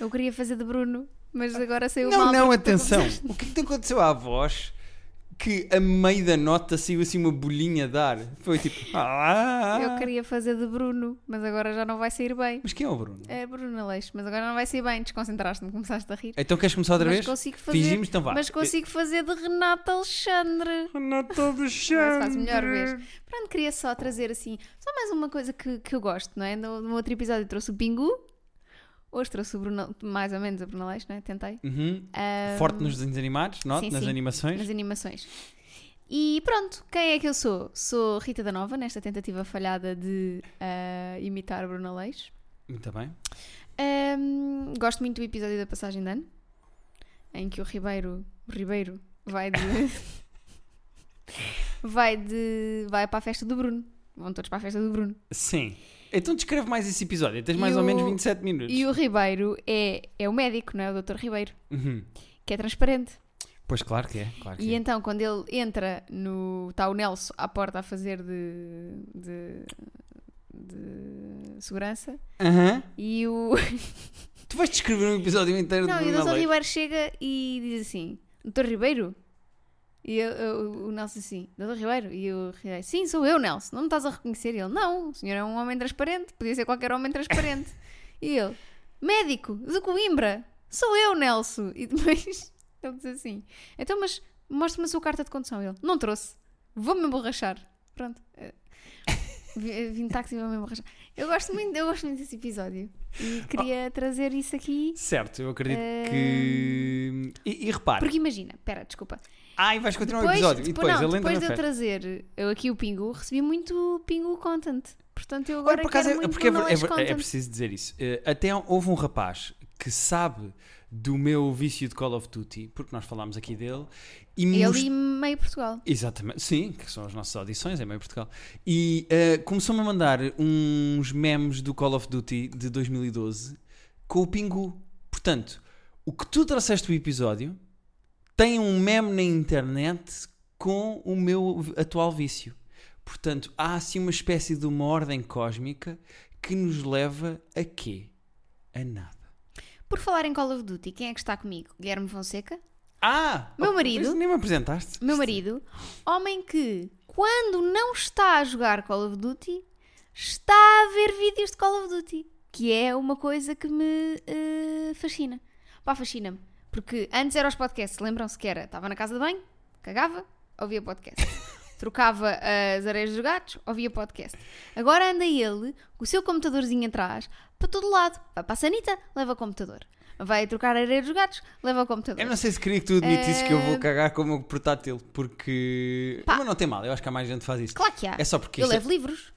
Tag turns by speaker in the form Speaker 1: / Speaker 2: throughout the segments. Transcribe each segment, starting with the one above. Speaker 1: eu queria fazer de Bruno, mas agora saiu
Speaker 2: Não,
Speaker 1: mal.
Speaker 2: não,
Speaker 1: porque tu
Speaker 2: atenção.
Speaker 1: começaste-
Speaker 2: O que é que aconteceu à voz que a meio da nota saiu assim uma bolinha de ar? Foi tipo. Ah,
Speaker 1: Eu queria fazer de Bruno, mas agora já não vai sair bem.
Speaker 2: Mas quem é o Bruno?
Speaker 1: É Bruno Aleixo, mas agora não vai sair bem. Desconcentraste-me, começaste a rir.
Speaker 2: Então queres começar outra
Speaker 1: mas
Speaker 2: vez?
Speaker 1: consigo fazer.
Speaker 2: Fingimos, então vá.
Speaker 1: Mas consigo fazer de Renato Alexandre.
Speaker 2: Nota do
Speaker 1: Vai, se faz melhor vez. Pronto, queria só trazer assim, só mais uma coisa que, que eu gosto, não é? No, no outro episódio eu trouxe o Pingu, hoje trouxe o Bruno, mais ou menos a Bruna Leix, não é? Tentei. Ah,
Speaker 2: Uhum.
Speaker 1: Ahm,
Speaker 2: Forte nos desenhos animados, note,
Speaker 1: sim,
Speaker 2: nas
Speaker 1: sim.
Speaker 2: animações.
Speaker 1: Nas animações. E pronto, quem é que eu sou? Sou Rita da Nova, nesta tentativa falhada de ah, imitar Bruna Leix.
Speaker 2: Muito bem.
Speaker 1: Ahm, gosto muito do episódio da passagem de ano, em que o Ribeiro, o Ribeiro vai de. vai de. vai para a festa do Bruno. Vão todos para a festa do Bruno.
Speaker 2: Sim. Então descreve mais esse episódio. Tens
Speaker 1: E
Speaker 2: mais ou
Speaker 1: o-
Speaker 2: menos 27 minutos.
Speaker 1: E o Ribeiro é, é o médico, não é? O Dr. Ribeiro,
Speaker 2: Uhum.
Speaker 1: que é transparente.
Speaker 2: Pois claro que é. Claro que
Speaker 1: E
Speaker 2: é.
Speaker 1: então, quando ele entra no. Está o Nelson à porta a fazer de. de. de segurança.
Speaker 2: Aham.
Speaker 1: E o.
Speaker 2: Tu vais descrever um episódio inteiro
Speaker 1: Não,
Speaker 2: de
Speaker 1: e o
Speaker 2: Bruno
Speaker 1: Dr.
Speaker 2: Aleixo.
Speaker 1: Ribeiro chega e diz assim: Dr. Ribeiro? E eu- eu- o Nelson assim: Dr. Ribeiro? E o Ribeiro: Sim, sou eu, Nelson. Não me estás a reconhecer? E ele: Não, o senhor é um homem transparente. Podia ser qualquer homem transparente. e ele: Médico, de Coimbra. Sou eu, Nelson. E depois ele diz assim: Então, mas mostra-me a sua carta de condução. Ele: Não trouxe. Vou-me emborrachar. Pronto. Eh, vi- eh, Vim de táxi e vou-me emborrachar. Eu gosto, muito, eu gosto muito desse episódio. E queria trazer isso aqui.
Speaker 2: Certo, eu acredito
Speaker 1: Ahm,
Speaker 2: que. E, e repara.
Speaker 1: Porque imagina, pera, desculpa.
Speaker 2: Ai, vais continuar
Speaker 1: Depois,
Speaker 2: o um episódio. e
Speaker 1: depois,
Speaker 2: depois
Speaker 1: não,
Speaker 2: ele entra
Speaker 1: depois
Speaker 2: na
Speaker 1: de eu
Speaker 2: festa.
Speaker 1: trazer eu aqui o Pingu, recebi muito Pingu content. Portanto, eu
Speaker 2: Olha,
Speaker 1: agora
Speaker 2: por acaso,
Speaker 1: quero
Speaker 2: é,
Speaker 1: muito
Speaker 2: porque é, ver- é
Speaker 1: Manolés
Speaker 2: ver- é
Speaker 1: content.
Speaker 2: preciso dizer isso. Eh, até houve um rapaz que sabe do meu vício de Call of Duty, porque nós falámos aqui dele, e me
Speaker 1: Ele e meio Portugal.
Speaker 2: Exatamente, sim, que são as nossas audições, é meio Portugal. E eh, começou-me a mandar uns memes do Call of Duty de 2012 com o Pingu. Portanto, o que tu trouxeste do episódio tem um meme na internet com o meu atual vício. Portanto, há assim uma espécie de uma ordem cósmica que nos leva a quê? A nada.
Speaker 1: Por falar em Call of Duty, quem é que está comigo? Guilherme Fonseca,
Speaker 2: Ah!
Speaker 1: Meu
Speaker 2: Oh,
Speaker 1: marido.
Speaker 2: mas Nem me apresentaste.
Speaker 1: meu marido, homem que, quando não está a jogar Call of Duty, está a ver vídeos de Call of Duty, que é uma coisa que me eh, fascina. Pá, fascina-me. Porque antes era os podcasts, lembram-se que era? Estava na casa de banho, cagava, ouvia podcast. Trocava as areias dos gatos, ouvia podcast. Agora anda ele, com o seu computadorzinho atrás, para todo lado. Vai para a sanita, leva o computador. Vai trocar a areia dos gatos, leva o computador.
Speaker 2: Eu não sei se queria que tu admitisses que eu vou cagar com o meu portátil, porque.
Speaker 1: Eh, Pá.
Speaker 2: Mas não tem mal, eu acho que há mais gente que faz isso.
Speaker 1: Claro que há.
Speaker 2: É só porque
Speaker 1: Eu
Speaker 2: isto é-
Speaker 1: levo livros.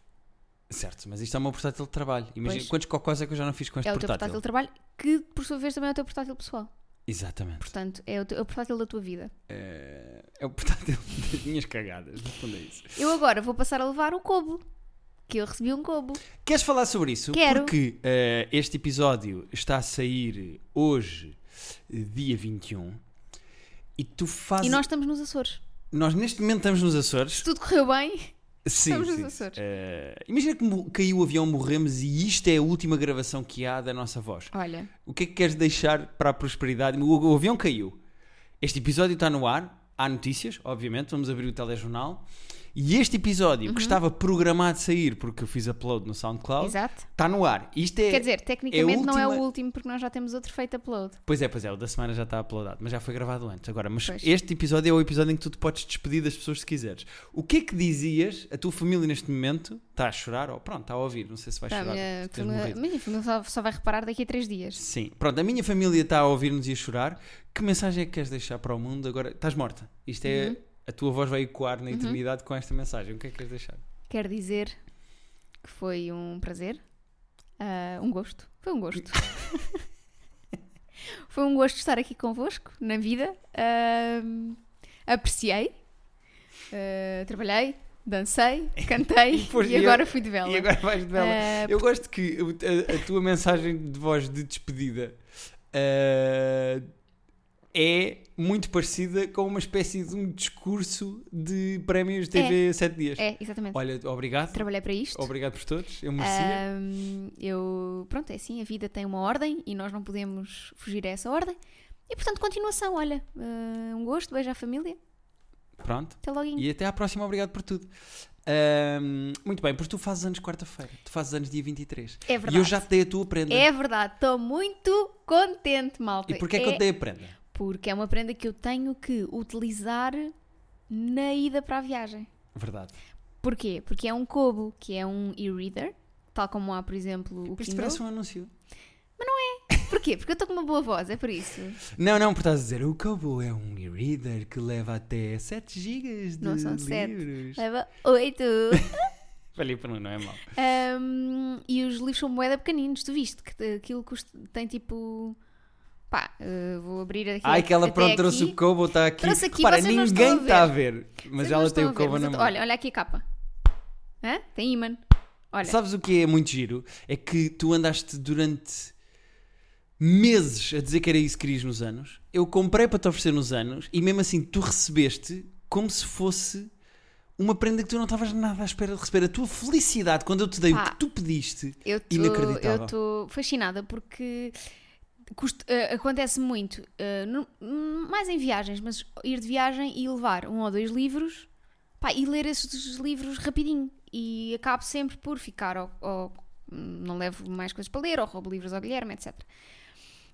Speaker 2: Certo, mas isto é o meu portátil de trabalho. Imagina
Speaker 1: Pois.
Speaker 2: quantos cocós é que eu já não fiz com este
Speaker 1: É o teu
Speaker 2: portátil.
Speaker 1: portátil de trabalho, que por sua vez também é o teu portátil pessoal.
Speaker 2: Exatamente.
Speaker 1: Portanto, é o, teu, é o portátil da tua vida.
Speaker 2: É... é o portátil das minhas cagadas, no fundo é isso.
Speaker 1: Eu agora vou passar a levar o cobo. Que eu recebi um cobo.
Speaker 2: Queres falar sobre isso?
Speaker 1: Quero.
Speaker 2: Porque eh, este episódio está a sair hoje, eh, dia 21, e tu fazes.
Speaker 1: E nós estamos nos Açores.
Speaker 2: nós neste momento estamos nos Açores.
Speaker 1: Se tudo correu bem,
Speaker 2: Sim,
Speaker 1: Estamos nos
Speaker 2: sim.
Speaker 1: Açores.
Speaker 2: Eh, imagina que mo- caiu o avião, morremos e isto é a última gravação que há da nossa voz.
Speaker 1: olha,
Speaker 2: O que é que queres deixar para a prosperidade? O, o avião caiu. Este episódio está no ar. Há notícias, obviamente. Vamos abrir o telejornal. E este episódio,
Speaker 1: Uhum.
Speaker 2: que estava programado de sair porque eu fiz upload no SoundCloud,
Speaker 1: exato.
Speaker 2: está no ar. Isto é.
Speaker 1: Quer dizer, tecnicamente não é o
Speaker 2: última-
Speaker 1: último, porque nós já temos outro feito upload.
Speaker 2: Pois é, pois é. O da semana já está uploadado, mas já foi gravado antes. Agora, mas
Speaker 1: Pois.
Speaker 2: este episódio é o episódio em que tu te podes despedir das pessoas se quiseres. O que é que dizias? A tua família neste momento está a chorar? Ou pronto, está a ouvir. Não sei se vai
Speaker 1: Tá,
Speaker 2: chorar.
Speaker 1: minha
Speaker 2: porque tens
Speaker 1: família-
Speaker 2: morrido.
Speaker 1: minha família só, só vai reparar daqui a três dias.
Speaker 2: Sim, pronto, a minha família está a ouvir-nos e a chorar. Que mensagem é que queres deixar para o mundo agora? Estás morta. Isto é.
Speaker 1: Uhum.
Speaker 2: A tua voz vai ecoar na eternidade com esta mensagem. O que é que queres deixar?
Speaker 1: Quer dizer que foi um prazer, ah, um gosto. Foi um gosto. foi um gosto estar aqui convosco na vida. Ahm, apreciei, ah, trabalhei, dancei, cantei e,
Speaker 2: Pois, e eu-
Speaker 1: agora fui de vela.
Speaker 2: E agora vais de vela.
Speaker 1: Ah,
Speaker 2: Eu gosto que o- a, a tua mensagem de voz de despedida ah, é muito parecida com uma espécie de um discurso de prémios TV 7 dias.
Speaker 1: É, exatamente.
Speaker 2: Olha, obrigado.
Speaker 1: Trabalhei para isto.
Speaker 2: Obrigado por todos. Eu merecia.
Speaker 1: Ahm, eu, pronto, é assim, a vida tem uma ordem e nós não podemos fugir a essa ordem. E portanto, continuação, olha, ah, um gosto, beijo à família, Ah.
Speaker 2: Pronto.
Speaker 1: até logo.
Speaker 2: E até à próxima. Obrigado por tudo. Ahm, muito bem, pois tu fazes anos quarta-feira. Tu fazes anos dia 23.
Speaker 1: É verdade.
Speaker 2: E eu já te dei a tua prenda.
Speaker 1: É verdade, estou muito contente, malta.
Speaker 2: E porquê é que eu te dei a prenda?
Speaker 1: Porque é uma prenda que eu tenho que utilizar na ida para a viagem.
Speaker 2: Verdade.
Speaker 1: Porquê? Porque é um Kobo, que é um e-reader, tal como há, por exemplo, o
Speaker 2: Isto
Speaker 1: Kindle.
Speaker 2: parece um anúncio.
Speaker 1: Porquê? Porque eu estou com uma boa voz, é por isso.
Speaker 2: Não, não, por estás a dizer, o Kobo é um e-reader que leva até 7 GB de
Speaker 1: Não são sete. É.
Speaker 2: livros.
Speaker 1: Leva oito.
Speaker 2: Falei para mim, não é mal.
Speaker 1: Ahm, e os livros são moeda pequeninos, tu viste? Que te- aquilo custa, tem tipo. Pá, eh, vou abrir aqui.
Speaker 2: Ai, que ela
Speaker 1: até
Speaker 2: pronto, trouxe
Speaker 1: aqui.
Speaker 2: o Kobo, está aqui.
Speaker 1: Trouxe aqui,
Speaker 2: Repara,
Speaker 1: vocês não estão
Speaker 2: ninguém
Speaker 1: a
Speaker 2: está a ver, mas
Speaker 1: Vocês não
Speaker 2: ela
Speaker 1: estão
Speaker 2: tem
Speaker 1: a
Speaker 2: o
Speaker 1: ver,
Speaker 2: Kobo
Speaker 1: mas
Speaker 2: na
Speaker 1: eu tô-
Speaker 2: mão.
Speaker 1: Olha, olha aqui a capa. Hã? Tem imã. Olha.
Speaker 2: Sabes o que é muito giro? É que tu andaste durante meses a dizer que era isso que querias nos anos. Eu comprei para te oferecer nos anos e mesmo assim tu recebeste como se fosse uma prenda que tu não estavas nada à espera de receber. A tua felicidade quando eu te dei o
Speaker 1: Pá.
Speaker 2: que tu pediste.
Speaker 1: Eu
Speaker 2: Inacreditável.
Speaker 1: estou fascinada porque custa- eh, acontece muito, eh, no- hum, mais em viagens, mas ir de viagem e levar um ou dois livros pá, e ler esses livros rapidinho. E acabo sempre por ficar, ou, ou, hum, não levo mais coisas para ler, ou roubo livros ao Guilherme, etc.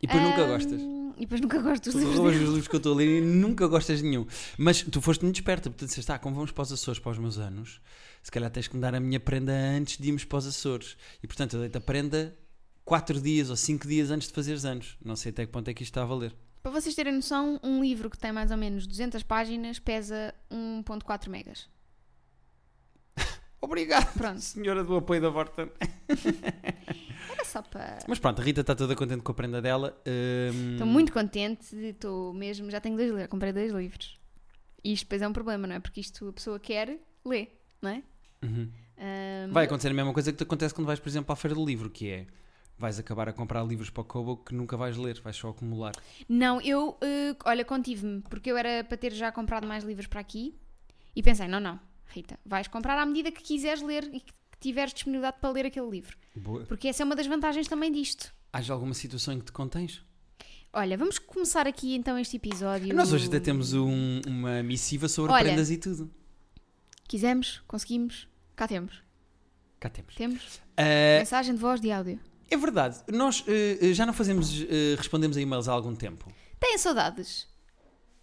Speaker 2: E depois nunca
Speaker 1: Ahm,
Speaker 2: gostas.
Speaker 1: E depois nunca gosto dos
Speaker 2: Tu
Speaker 1: livros
Speaker 2: roubas
Speaker 1: dele.
Speaker 2: os livros que eu estou a ler e nunca gostas de nenhum. Mas tu foste muito esperta, portanto disseste, ah, como vamos para os Açores para os meus anos, se calhar tens que me dar a minha prenda antes de irmos para os Açores. E portanto eu dei-te a prenda 4 dias ou 5 dias antes de fazeres anos. Não sei até que ponto é que isto está a valer.
Speaker 1: Para vocês terem noção, um livro que tem mais ou menos 200 páginas pesa 1.4 megas.
Speaker 2: Obrigado,
Speaker 1: Pronto,
Speaker 2: senhora do apoio da Vorten.
Speaker 1: era só para...
Speaker 2: Mas pronto, a Rita está toda contente com a prenda dela. Hum,
Speaker 1: Estou muito contente, estou mesmo, já tenho dois livros, comprei dois livros. E isto depois é um problema, não é? Porque isto a pessoa quer ler, não é?
Speaker 2: uhum.
Speaker 1: Ahm,
Speaker 2: Vai acontecer a mesma coisa que te acontece quando vais, por exemplo, à feira do livro, que é... Vais acabar a comprar livros para o Kobo que nunca vais ler, vais só acumular.
Speaker 1: Não, eu, eh, olha, contive-me, porque eu era para ter já comprado mais livros para aqui e pensei, não, não, Rita, vais comprar à medida que quiseres ler e que tiveres disponibilidade para ler aquele livro.
Speaker 2: Boa.
Speaker 1: Porque essa é uma das vantagens também disto.
Speaker 2: Há alguma situação em que te contens?
Speaker 1: Olha, vamos começar aqui então este episódio.
Speaker 2: Nós hoje até temos um- uma missiva sobre
Speaker 1: Olha.
Speaker 2: prendas e tudo.
Speaker 1: Quisemos, conseguimos, cá temos.
Speaker 2: Cá temos.
Speaker 1: Temos
Speaker 2: Ah,
Speaker 1: mensagem de voz de áudio.
Speaker 2: é verdade, nós eh, já não fazemos, eh, respondemos a e-mails há algum tempo.
Speaker 1: Têm saudades?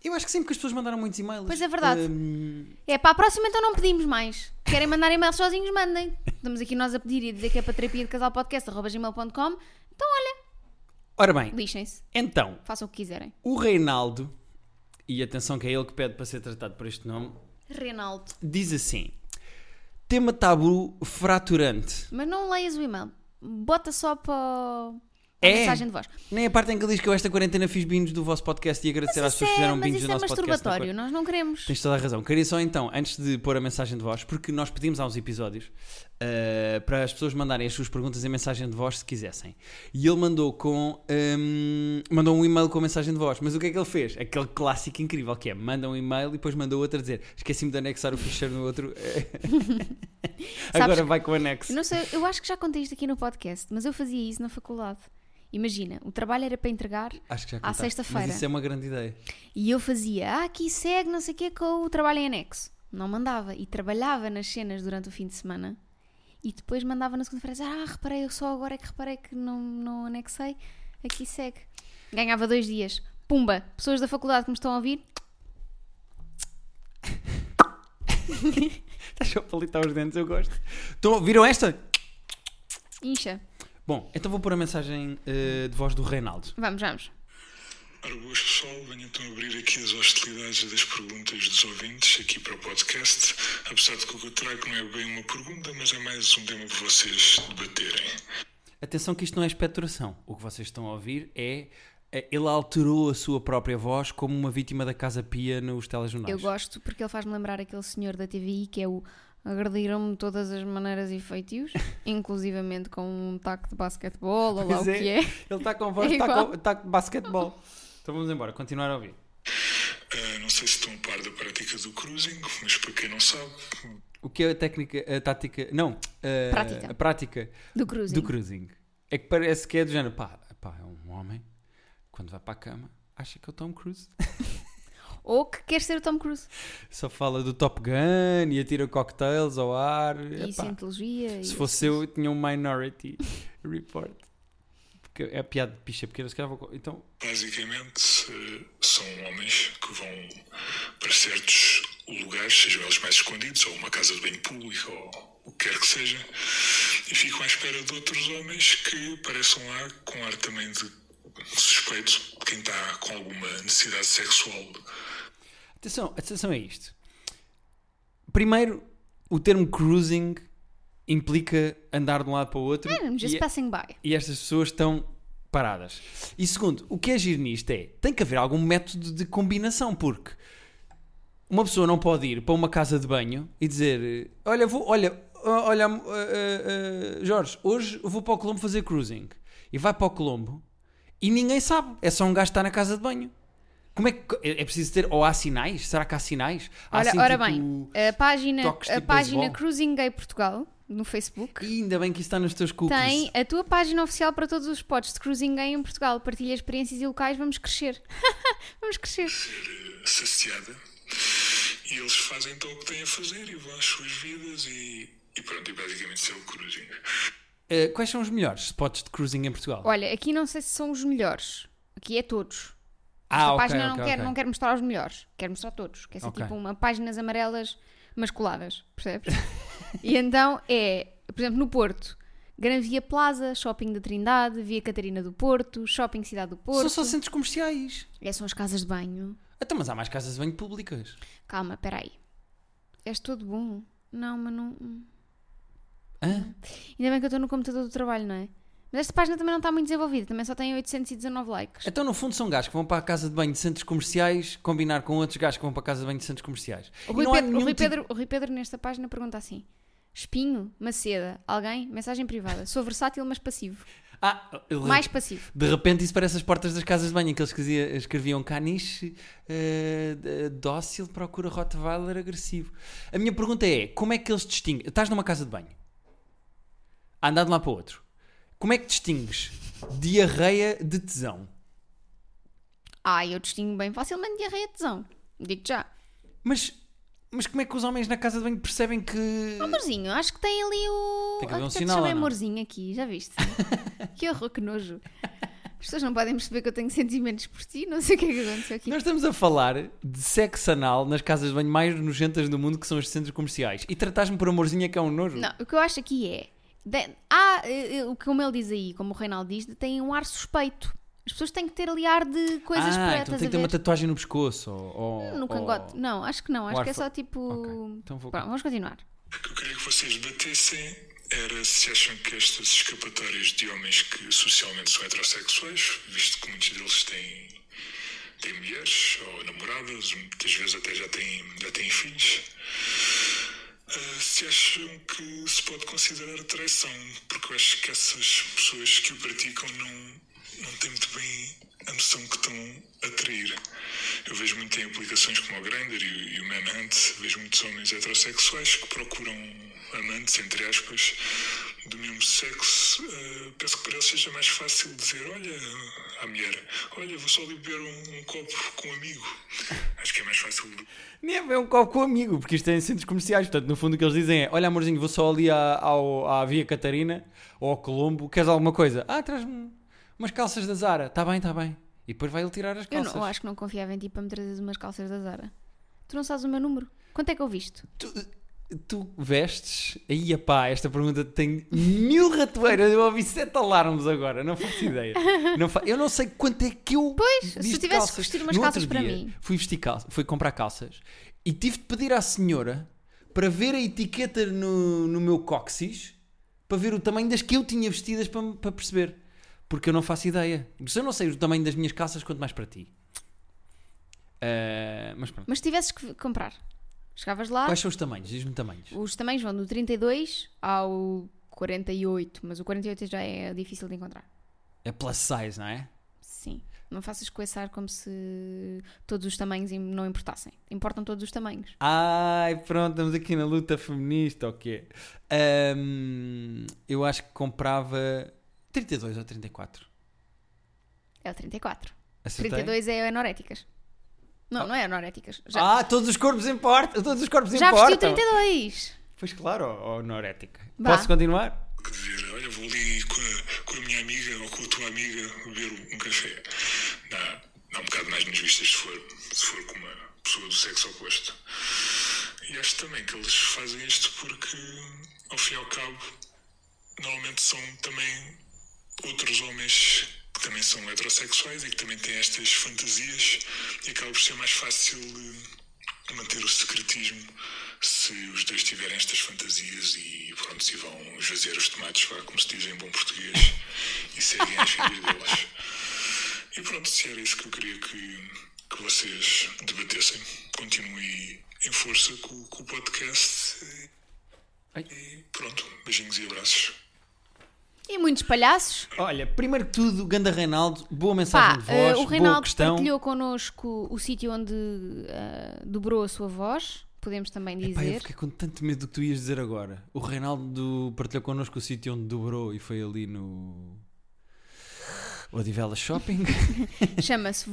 Speaker 2: Eu acho que sempre que as pessoas mandaram muitos e-mails. ehm,
Speaker 1: Pois é verdade.
Speaker 2: Ahm,
Speaker 1: É, para a próxima então não pedimos mais. Querem mandar e-mail sozinhos, mandem. Estamos aqui nós a pedir e a dizer que é para terapia de casal podcast, arroba gmail.com.
Speaker 2: ora bem,
Speaker 1: Então, Lixem-se,
Speaker 2: então,
Speaker 1: façam o que quiserem.
Speaker 2: o Reinaldo, e atenção que é ele que pede para ser tratado por este nome,
Speaker 1: Reinaldo.
Speaker 2: diz assim: tema tabu fraturante.
Speaker 1: Mas não leias o e-mail. Bota só para o- a
Speaker 2: É.
Speaker 1: mensagem de voz.
Speaker 2: Nem a parte em que ele diz que eu esta quarentena fiz bindos do vosso podcast e agradecer às
Speaker 1: Mas isso
Speaker 2: pessoas que
Speaker 1: é,
Speaker 2: fizeram
Speaker 1: mas
Speaker 2: bindos do
Speaker 1: isso é
Speaker 2: nosso podcast. na
Speaker 1: masturbatório, nós não queremos.
Speaker 2: Tens toda a razão. Queria só então, antes de pôr a mensagem de voz, porque nós pedimos há uns episódios uh, para as pessoas mandarem as suas perguntas em mensagem de voz se quisessem. E ele mandou com um, mandou um e-mail com a mensagem de voz. Mas o que é que ele fez? Aquele clássico incrível que é manda um e-mail e depois manda outro a dizer esqueci-me de anexar o ficheiro no outro. Agora vai com o anexo.
Speaker 1: Eu não sei, eu acho que já contei isto aqui no podcast, mas eu fazia isso na faculdade. Imagina, o trabalho era para entregar
Speaker 2: Acho que já
Speaker 1: À
Speaker 2: contaste,
Speaker 1: sexta-feira.
Speaker 2: Mas isso é uma grande ideia.
Speaker 1: E eu fazia, ah, aqui segue, não sei o quê, com o trabalho em anexo. Não mandava. E trabalhava nas cenas durante o fim de semana. E depois mandava na segunda-feira dizer, ah, reparei, eu só agora é que reparei que não, não anexei. Aqui segue. Ganhava dois dias. Pumba! Pessoas da faculdade que me estão a ouvir,
Speaker 2: Estás só a palitar os dentes, eu gosto. Então, viram esta?
Speaker 1: incha.
Speaker 2: Bom, então vou pôr a mensagem uh, de voz do Reinaldo.
Speaker 1: Vamos, vamos.
Speaker 3: Ora, boas pessoal, venho então abrir aqui as hostilidades das perguntas dos ouvintes aqui para o podcast, apesar de que o que eu trago não é bem uma pergunta, mas é mais um tema para vocês debaterem.
Speaker 2: Atenção que isto não é espectração. O que vocês estão a ouvir é eh, ele alterou a sua própria voz como uma vítima da Casa Pia nos telejornais.
Speaker 1: Eu gosto porque ele faz-me lembrar aquele senhor da TVI que é o agrediram-me de todas as maneiras e feitios, inclusivamente com um taco de basquetebol ou lá
Speaker 2: Pois
Speaker 1: o que é.
Speaker 2: Ele está com voz,
Speaker 1: É
Speaker 2: está
Speaker 1: igual.
Speaker 2: com, está com basquetebol. Então vamos embora, continuar a ouvir.
Speaker 3: Ah, não sei se estão a par da prática do cruising, mas para quem não sabe,
Speaker 2: O que é a técnica, a tática. Não, a
Speaker 1: Prática.
Speaker 2: a prática
Speaker 1: Do cruising.
Speaker 2: do cruising. É que parece que é do género. Pá, pá, é um homem, quando vai para a cama, acha que é o Tom Cruise.
Speaker 1: Ou que queres ser o Tom Cruise.
Speaker 2: Só fala do Top Gun e atira cocktails ao ar.
Speaker 1: E
Speaker 2: Epá,
Speaker 1: cientologia.
Speaker 2: se
Speaker 1: e-
Speaker 2: fosse eu, eu tinha um Minority Report. Porque é a piada de picha pequena, se calhar vou. co- Então,
Speaker 3: basicamente eh, são homens que vão para certos lugares, sejam eles mais escondidos, ou uma casa de banho pública, ou o que quer que seja, e ficam à espera de outros homens que apareçam lá com ar também de suspeito, quem está com alguma necessidade sexual.
Speaker 2: Atenção, atenção a isto. Primeiro, o termo cruising implica andar de um lado para o outro
Speaker 1: I'm É just
Speaker 2: e,
Speaker 1: passing by.
Speaker 2: e estas pessoas estão paradas. E segundo, o que é giro nisto é tem que haver algum método de combinação, porque uma pessoa não pode ir para uma casa de banho e dizer: Olha, vou, olha, ó- olha, ah, ah, ah, Jorge, hoje eu vou para o Colombo fazer cruising. E vai para o Colombo e ninguém sabe, é só um gajo que está na casa de banho. Como é que é é preciso ter? Ou há sinais? Será que há sinais? Há
Speaker 1: Ora,
Speaker 2: assim,
Speaker 1: ora
Speaker 2: tipo,
Speaker 1: bem, a página,
Speaker 2: toques
Speaker 1: a
Speaker 2: tipo
Speaker 1: página
Speaker 2: beisebol?
Speaker 1: Cruising Gay Portugal no Facebook
Speaker 2: "Ih, Ainda bem que isso está nos teus cookies.
Speaker 1: tem a tua página oficial para todos os spots de Cruising Gay em Portugal. Partilha experiências e locais, vamos crescer. vamos crescer.
Speaker 3: eh, saciada e eles fazem então o que têm a fazer e vão às suas vidas e, e pronto, e basicamente isso é o cruising.
Speaker 2: Eh, quais são os melhores spots de cruising em Portugal?
Speaker 1: Olha, aqui não sei se são os melhores. Aqui é todos.
Speaker 2: ah,
Speaker 1: a
Speaker 2: ok,
Speaker 1: página
Speaker 2: ok,
Speaker 1: não, quer,
Speaker 2: ok.
Speaker 1: não quer mostrar os melhores, quer mostrar todos. Quer ser
Speaker 2: Ok.
Speaker 1: tipo uma páginas amarelas masculadas, percebes? e então é, por exemplo, no Porto, Gran Via Plaza, Shopping da Trindade, Via Catarina do Porto, Shopping Cidade do Porto.
Speaker 2: São só centros comerciais.
Speaker 1: É, são as casas de banho.
Speaker 2: Então, mas há mais casas de banho públicas.
Speaker 1: Calma, peraí. És todo bom? Não, mas não.
Speaker 2: Hã?
Speaker 1: Ainda bem que eu estou no computador do trabalho, não é? Mas esta página também não está muito desenvolvida, também só tem 819 likes.
Speaker 2: Então, no fundo, são gajos que vão para a casa de banho de centros comerciais combinar com outros gajos que vão para a casa de banho de centros comerciais.
Speaker 1: O
Speaker 2: E
Speaker 1: Rui,
Speaker 2: não há
Speaker 1: Pedro, o
Speaker 2: nenhum
Speaker 1: Rui
Speaker 2: tipo-
Speaker 1: Pedro- o Rui Pedro nesta página pergunta assim: Espinho, Maceda, alguém? Mensagem privada. Sou versátil, mas passivo.
Speaker 2: Ah, ele-
Speaker 1: Mais passivo.
Speaker 2: De repente, isso parece as portas das casas de banho em que eles escrevia- escreviam caniche, eh, d- dócil, procura Rottweiler agressivo. A minha pergunta é: como é que eles distinguem? Estás numa casa de banho, a andar de um lado para o outro. Como é que distingues diarreia de tesão?
Speaker 1: Ah, eu distingo bem facilmente diarreia de tesão. Digo-te já.
Speaker 2: Mas, mas como é que os homens na casa de banho percebem que.
Speaker 1: Amorzinho, acho que tem ali o.
Speaker 2: Tem que haver
Speaker 1: Ah,
Speaker 2: um
Speaker 1: até te
Speaker 2: sinal,
Speaker 1: chamei
Speaker 2: ou não?
Speaker 1: amorzinho aqui, já viste? que horror, que nojo. As pessoas não podem perceber que eu tenho sentimentos por ti, não sei o que é que aconteceu aqui.
Speaker 2: Nós estamos a falar de sexo anal nas casas de banho mais nojentas do mundo, que são os centros comerciais. E trataste-me por amorzinha que é um nojo.
Speaker 1: Não, o que eu acho aqui é. de- há, eh, eh, o que como ele diz aí, como o Reinaldo diz, tem um ar suspeito. As pessoas têm que ter ali ar de coisas
Speaker 2: ah,
Speaker 1: para
Speaker 2: então
Speaker 1: estás
Speaker 2: tem
Speaker 1: a
Speaker 2: que
Speaker 1: ver?
Speaker 2: ter uma tatuagem no pescoço. Ou, ou-
Speaker 1: No cangote?
Speaker 2: ou-
Speaker 1: Não, acho que não. Acho
Speaker 2: ar
Speaker 1: que é
Speaker 2: fra-
Speaker 1: só tipo.
Speaker 2: Ok, então vou-
Speaker 1: Pronto, vamos continuar.
Speaker 3: O que eu queria que vocês debatessem era se acham que estas escapatórias de homens que socialmente são heterossexuais, visto que muitos deles têm, têm mulheres ou namoradas, muitas vezes até já têm, já têm filhos, ah, se acham que se pode considerar traição, porque eu acho que essas pessoas que o praticam não, não têm muito bem a noção que estão a trair. Eu vejo muito em aplicações como o Grindr e, o- e o Manhunt, vejo muitos homens heterossexuais que procuram amantes, entre aspas, do mesmo sexo. ah, penso que para eles seja mais fácil dizer: Olha, à mulher, olha, vou só ali beber um, um copo com um amigo. Acho que é mais fácil.
Speaker 2: Nem é bem um copo com amigo, porque isto é em centros comerciais. Portanto, no fundo, o que eles dizem é: Olha, amorzinho, vou só ali à, ao- à Via Catarina ou ao Colombo, queres alguma coisa? Ah, traz-me umas calças da Zara. Está bem, está bem. E depois vai ele tirar as
Speaker 1: Eu,
Speaker 2: calças.
Speaker 1: não, eu acho que não confiava em ti para me trazeres umas calças da Zara. Tu não sabes o meu número? Quanto é que eu visto?
Speaker 2: Tu, tu vestes. Aí, pá, esta pergunta tem mil ratoeiras. Eu ouvi sete alarmes agora, não faço ideia. Não fa- Eu não sei quanto é que eu.
Speaker 1: Pois, se
Speaker 2: visto
Speaker 1: tivesses
Speaker 2: calças.
Speaker 1: que vestir umas
Speaker 2: No
Speaker 1: calças
Speaker 2: outro
Speaker 1: para
Speaker 2: dia,
Speaker 1: mim.
Speaker 2: Fui, vestir calça, fui comprar calças e tive de pedir à senhora para ver a etiqueta no, no meu cóccix para ver o tamanho das que eu tinha vestidas para, para perceber. Porque eu não faço ideia. Se eu não sei o tamanho das minhas calças, quanto mais para ti. Ah, mas pronto.
Speaker 1: Mas se tivesses que comprar, chegavas lá,
Speaker 2: Quais são os tamanhos? Diz-me tamanhos.
Speaker 1: os tamanhos vão do 32 ao 48, mas o 48 já é difícil de encontrar.
Speaker 2: É plus size, não é?
Speaker 1: Sim. Não faças coçar como se todos os tamanhos im- não importassem. Importam todos os tamanhos.
Speaker 2: Ai, pronto, estamos aqui na luta feminista, ok. Ahm, eu acho que comprava 32 ou 34.
Speaker 1: É o 34.
Speaker 2: Acertei?
Speaker 1: 32 é anoréticas. Não, não é anoréticas. Já,
Speaker 2: Ah, todos os corpos importam, todos os corpos
Speaker 1: já vestiu
Speaker 2: importam.
Speaker 1: 32!
Speaker 2: Pois claro, ó, ó anorética.
Speaker 1: Vá.
Speaker 2: Posso continuar?
Speaker 3: que dizer, olha, vou ali com a, com a minha amiga ou com a tua amiga beber um- um café. Dá, dá um bocado mais nos vistas se for, se for com uma pessoa do sexo oposto. E acho também que eles fazem isto porque, ao fim e ao cabo, normalmente são também outros homens que também são heterossexuais e que também têm estas fantasias e acaba por ser mais fácil eh, manter o secretismo se os dois tiverem estas fantasias e pronto, se vão jazer os tomates, vá, como se diz em bom português, e seguem as vidas delas. E pronto, se era isso que eu queria que, que vocês debatessem. Continuem em força com, com o podcast e-
Speaker 2: Ai.
Speaker 3: e pronto, beijinhos e abraços.
Speaker 1: E muitos palhaços.
Speaker 2: Olha, primeiro que tudo, Ganda Reinaldo, boa mensagem
Speaker 1: Pá,
Speaker 2: de
Speaker 1: eh,
Speaker 2: voz,
Speaker 1: o
Speaker 2: boa
Speaker 1: Reinaldo
Speaker 2: questão.
Speaker 1: partilhou connosco o sítio onde eh, dobrou a sua voz, podemos também
Speaker 2: Pá, eu
Speaker 1: dizer.
Speaker 2: fiquei com tanto medo do que tu ias dizer agora. O Reinaldo partilhou connosco o sítio onde dobrou e foi ali no. Odivela Shopping.
Speaker 1: Chama-se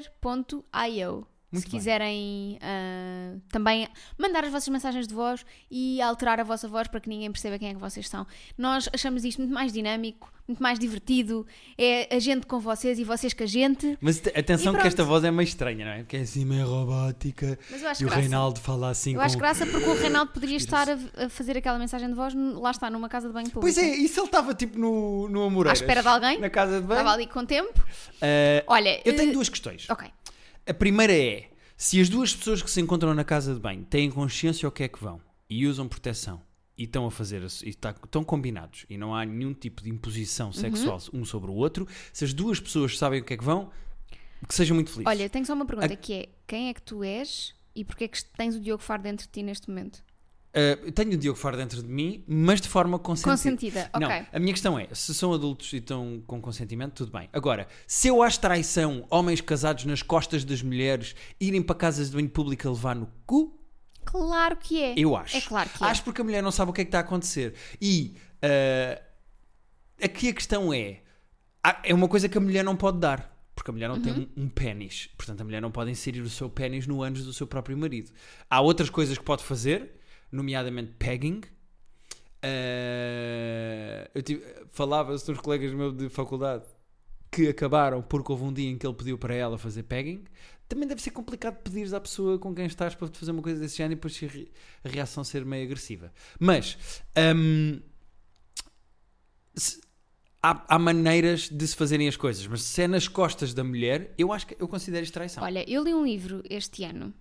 Speaker 1: voicechanger.io.
Speaker 2: Muito
Speaker 1: Se
Speaker 2: bem.
Speaker 1: quiserem ah, também mandar as vossas mensagens de voz e alterar a vossa voz para que ninguém perceba quem é que vocês são. Nós achamos isto muito mais dinâmico, muito mais divertido. É a gente com vocês e vocês com a gente.
Speaker 2: Mas te- atenção
Speaker 1: E
Speaker 2: que esta
Speaker 1: pronto.
Speaker 2: voz é meio estranha, não é? Porque é assim meio robótica.
Speaker 1: Mas eu acho
Speaker 2: e o
Speaker 1: graça.
Speaker 2: Reinaldo fala assim
Speaker 1: Eu
Speaker 2: com...
Speaker 1: acho graça porque o Reinaldo poderia estar a, a fazer aquela mensagem de voz, n- lá está, numa casa de banho pública.
Speaker 2: Pois é, e se ele estava tipo no, no Amoreiras?
Speaker 1: À espera de alguém?
Speaker 2: Na casa de banho?
Speaker 1: Estava ali com tempo.
Speaker 2: Eh,
Speaker 1: Olha,
Speaker 2: eu tenho
Speaker 1: eh,
Speaker 2: duas questões.
Speaker 1: Ok.
Speaker 2: A primeira é: se as duas pessoas que se encontram na casa de banho têm consciência ao que é que vão e usam proteção e estão a fazer e tá- estão combinados e não há nenhum tipo de
Speaker 1: Uhum.
Speaker 2: imposição sexual um sobre o outro, se as duas pessoas sabem o que é que vão, que sejam muito felizes.
Speaker 1: Olha, tenho só uma pergunta
Speaker 2: A-
Speaker 1: que é: quem é que tu és e porquê é que tens o Diogo Faro dentro de ti neste momento?
Speaker 2: Uh, eu tenho o Diogo Faro dentro de mim, mas de forma consentida.
Speaker 1: Consentida, ok.
Speaker 2: Não, a minha questão é, se são adultos e estão com consentimento, tudo bem. Agora, se eu acho traição homens casados nas costas das mulheres irem para casas de banho pública levar no cu,
Speaker 1: Claro que é.
Speaker 2: eu acho.
Speaker 1: É claro que
Speaker 2: Acho porque a mulher não sabe o que é que está a acontecer. E uh, aqui a questão é, há- é uma coisa que a mulher não pode dar. Porque a mulher não tem
Speaker 1: Uhum.
Speaker 2: um, um pénis. Portanto, a mulher não pode inserir o seu pénis no ânus do seu próprio marido. Há outras coisas que pode fazer, nomeadamente pegging. Uh, eu tive- Falava-se de uns colegas meus de faculdade que acabaram porque houve um dia em que ele pediu para ela fazer pegging. Também deve ser complicado pedires à pessoa com quem estás para te fazer uma coisa desse género e depois ser re- a reação ser meio agressiva. Mas hum, se- há, há maneiras de se fazerem as coisas, mas se é nas costas da mulher, eu acho que eu considero isto traição.
Speaker 1: Olha, eu li um livro este ano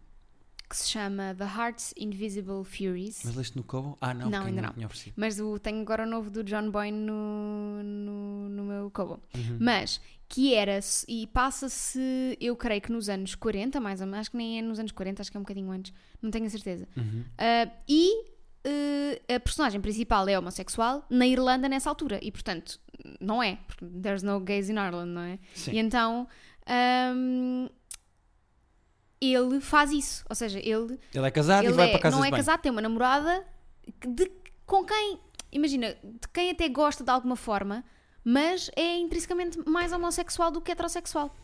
Speaker 1: que se chama The Heart's Invisible Furies,
Speaker 2: Mas leste no Cobo? Ah,
Speaker 1: Não,
Speaker 2: não, porque
Speaker 1: ainda
Speaker 2: ainda não
Speaker 1: não.
Speaker 2: tinha oferecido.
Speaker 1: mas o, tenho agora o novo do John Boyne no, no, no meu Kobo. Mas que era, e passa-se, eu creio que nos anos 40, mais ou menos, acho que nem é nos anos 40, acho que é um bocadinho antes, não tenho a certeza. Ah, e ah, a personagem principal é homossexual na Irlanda nessa altura, e portanto, não é, porque there's no gays in Ireland, não é?
Speaker 2: Sim.
Speaker 1: E então hum, ele faz isso. Ou seja, ele,
Speaker 2: Ele é casado e
Speaker 1: ele
Speaker 2: vai
Speaker 1: é-
Speaker 2: para casa
Speaker 1: não
Speaker 2: de
Speaker 1: é
Speaker 2: banho.
Speaker 1: casado, tem uma namorada que- de, com quem, imagina, de quem até gosta de alguma forma, mas é intrinsecamente mais homossexual do que heterossexual.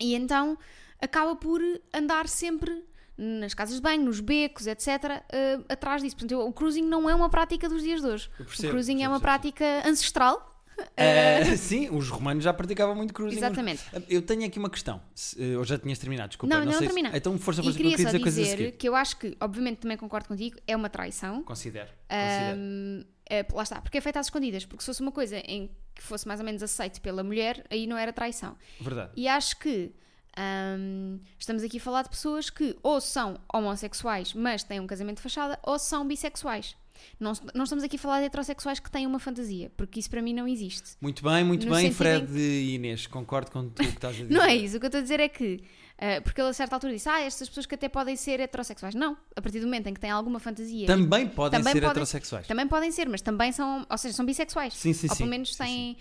Speaker 1: E então acaba por andar sempre nas casas de banho, nos becos, etc., eh, atrás disso. Portanto, eu- o cruising não é uma prática dos dias de hoje.
Speaker 2: Eu percebo,
Speaker 1: o cruising é
Speaker 2: percebo,
Speaker 1: uma
Speaker 2: percebo,
Speaker 1: prática ancestral.
Speaker 2: Ah, sim, os romanos já praticavam muito cruzing.
Speaker 1: Exatamente.
Speaker 2: Eu tenho aqui uma questão. Se- eh, Eu já tinhas terminado, desculpa.
Speaker 1: Não, ainda não
Speaker 2: sei se-
Speaker 1: terminei.
Speaker 2: Então, força,
Speaker 1: E
Speaker 2: força, que eu
Speaker 1: queria
Speaker 2: queria
Speaker 1: só
Speaker 2: dizer coisas a
Speaker 1: dizer
Speaker 2: seguir.
Speaker 1: que eu acho que, obviamente, também concordo contigo, é uma traição.
Speaker 2: Considero. considero.
Speaker 1: Ahm, é, lá está, porque é feita às escondidas, porque se fosse uma coisa em que fosse mais ou menos aceito pela mulher, aí não era traição.
Speaker 2: Verdade.
Speaker 1: E acho que ahm, estamos aqui a falar de pessoas que ou são homossexuais, mas têm um casamento de fachada, ou são bissexuais. Não, se- não estamos aqui a falar de heterossexuais que têm uma fantasia, porque isso para mim não existe.
Speaker 2: Muito bem, muito
Speaker 1: No
Speaker 2: bem,
Speaker 1: sentido
Speaker 2: Fred
Speaker 1: em
Speaker 2: e Inês. Concordo com tudo o que estás a dizer.
Speaker 1: Não é isso, o que eu estou a dizer é que, ah, porque ele a certa altura disse, ah, estas pessoas que até podem ser heterossexuais. Não, a partir do momento em que têm alguma fantasia e
Speaker 2: Também podem
Speaker 1: é Também
Speaker 2: ser
Speaker 1: podem-
Speaker 2: heterossexuais.
Speaker 1: Também podem ser, mas também são, ou seja, são bissexuais.
Speaker 2: Sim, sim,
Speaker 1: ou
Speaker 2: sim.
Speaker 1: pelo menos
Speaker 2: Sim,
Speaker 1: têm.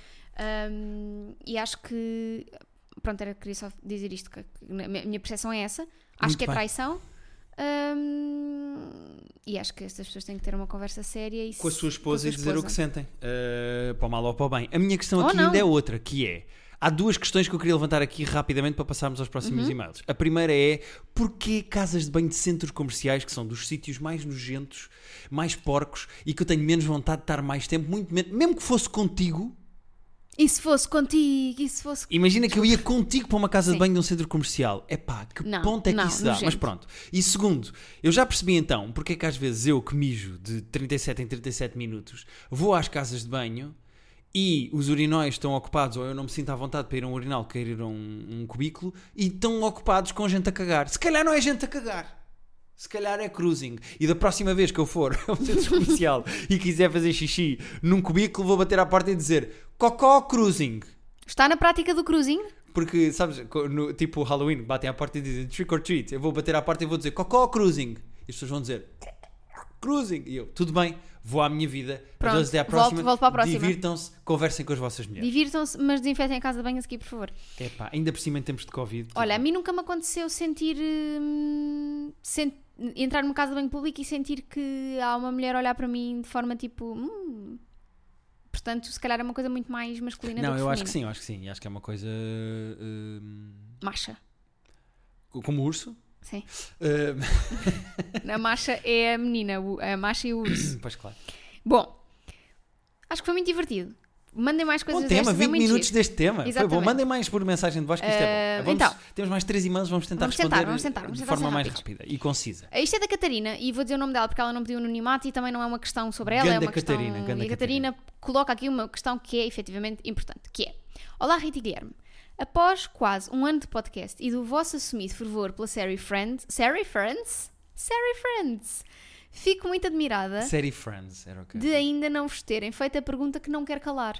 Speaker 1: hum, e acho que Pronto, era, queria só dizer isto, que que na- a minha percepção é essa. Acho
Speaker 2: Muito
Speaker 1: que é
Speaker 2: bem.
Speaker 1: traição. hum, e acho que estas pessoas têm que ter uma conversa séria e
Speaker 2: com a
Speaker 1: se-
Speaker 2: sua
Speaker 1: com
Speaker 2: esposa
Speaker 1: a
Speaker 2: e
Speaker 1: sua
Speaker 2: dizer o que
Speaker 1: esposa.
Speaker 2: sentem, eh, para o mal ou para o bem. A minha questão
Speaker 1: Ou
Speaker 2: aqui
Speaker 1: não.
Speaker 2: ainda é outra, que é. Há duas questões que eu queria levantar aqui rapidamente para passarmos aos próximos
Speaker 1: Uhum.
Speaker 2: e-mails. A primeira é porquê casas de banho de centros comerciais, que são dos sítios mais nojentos, mais porcos e que eu tenho menos vontade de estar mais tempo, muito menos, mesmo que fosse contigo,
Speaker 1: E se fosse contigo? E se fosse.
Speaker 2: Imagina que eu ia contigo para uma casa de
Speaker 1: Sim.
Speaker 2: banho de um centro comercial. É pá, que
Speaker 1: Não,
Speaker 2: ponto é que
Speaker 1: não,
Speaker 2: isso dá?
Speaker 1: nojento.
Speaker 2: Mas pronto. E segundo, eu já percebi então porque é que às vezes eu que mijo de 37 em 37 minutos vou às casas de banho e os urinóis estão ocupados ou eu não me sinto à vontade para ir a um urinal, quero ir a um, um cubículo e estão ocupados com gente a cagar. Se calhar não é gente a cagar. Se calhar é cruising. E da próxima vez que eu for a um centro comercial e quiser fazer xixi num cubículo, vou bater à porta e dizer Cocó cruising.
Speaker 1: Está na prática do cruzinho?
Speaker 2: Porque, sabes, co- no, tipo Halloween, batem à porta e dizem trick or treat. Eu vou bater à porta e vou dizer cocó cruising. E as pessoas vão dizer cruising. E eu, tudo bem, vou à minha vida.
Speaker 1: Pronto,
Speaker 2: Adeus, até à
Speaker 1: volto-
Speaker 2: próxima.
Speaker 1: volto para a próxima.
Speaker 2: Divirtam-se, conversem com as vossas mulheres.
Speaker 1: Divirtam-se, mas desinfetem a casa de banho a seguir, por favor.
Speaker 2: Epá, ainda por cima em tempos de Covid. tipo, tudo
Speaker 1: Olha, a
Speaker 2: bem.
Speaker 1: mim nunca me aconteceu sentir. hum, sen- entrar numa casa de banho pública e sentir que há uma mulher a olhar para mim de forma tipo. hum. Portanto, se calhar é uma coisa muito mais masculina do
Speaker 2: Não,
Speaker 1: que
Speaker 2: eu acho que
Speaker 1: feminina.
Speaker 2: sim, eu acho que sim. Acho que é uma coisa. hum,
Speaker 1: Macha.
Speaker 2: como o urso.
Speaker 1: Sim.
Speaker 2: Hum,
Speaker 1: A macha é a menina, o- a macha e o urso.
Speaker 2: pois claro.
Speaker 1: Bom, acho que foi muito divertido. Mandem mais coisas
Speaker 2: Bom tema,
Speaker 1: destas,
Speaker 2: 20
Speaker 1: é muito
Speaker 2: minutos
Speaker 1: giro.
Speaker 2: deste tema. Foi bom.
Speaker 1: Exatamente.
Speaker 2: Mandem mais por mensagem de voz que isto
Speaker 1: Ah,
Speaker 2: é bom. Vamos-
Speaker 1: então.
Speaker 2: temos mais três e-mails, vamos tentar
Speaker 1: Vamos
Speaker 2: responder
Speaker 1: tentar, vamos tentar, vamos
Speaker 2: de
Speaker 1: tentar
Speaker 2: forma
Speaker 1: ser
Speaker 2: mais
Speaker 1: rápidos.
Speaker 2: rápida e concisa.
Speaker 1: Isto é da Catarina e vou dizer o nome dela porque ela não pediu anonimato e também não é uma questão sobre ela, é
Speaker 2: Ganda
Speaker 1: uma questão.
Speaker 2: Catarina, ganda
Speaker 1: e a Catarina coloca aqui uma questão que é efetivamente importante, que é Olá Rita e Guilherme. Após quase um ano de podcast e do vosso assumido fervor pela série Friends, série Friends? Série Friends. Fico muito admirada
Speaker 2: Série Friends, era o que.
Speaker 1: de ainda não vos terem feito a pergunta que não quero calar.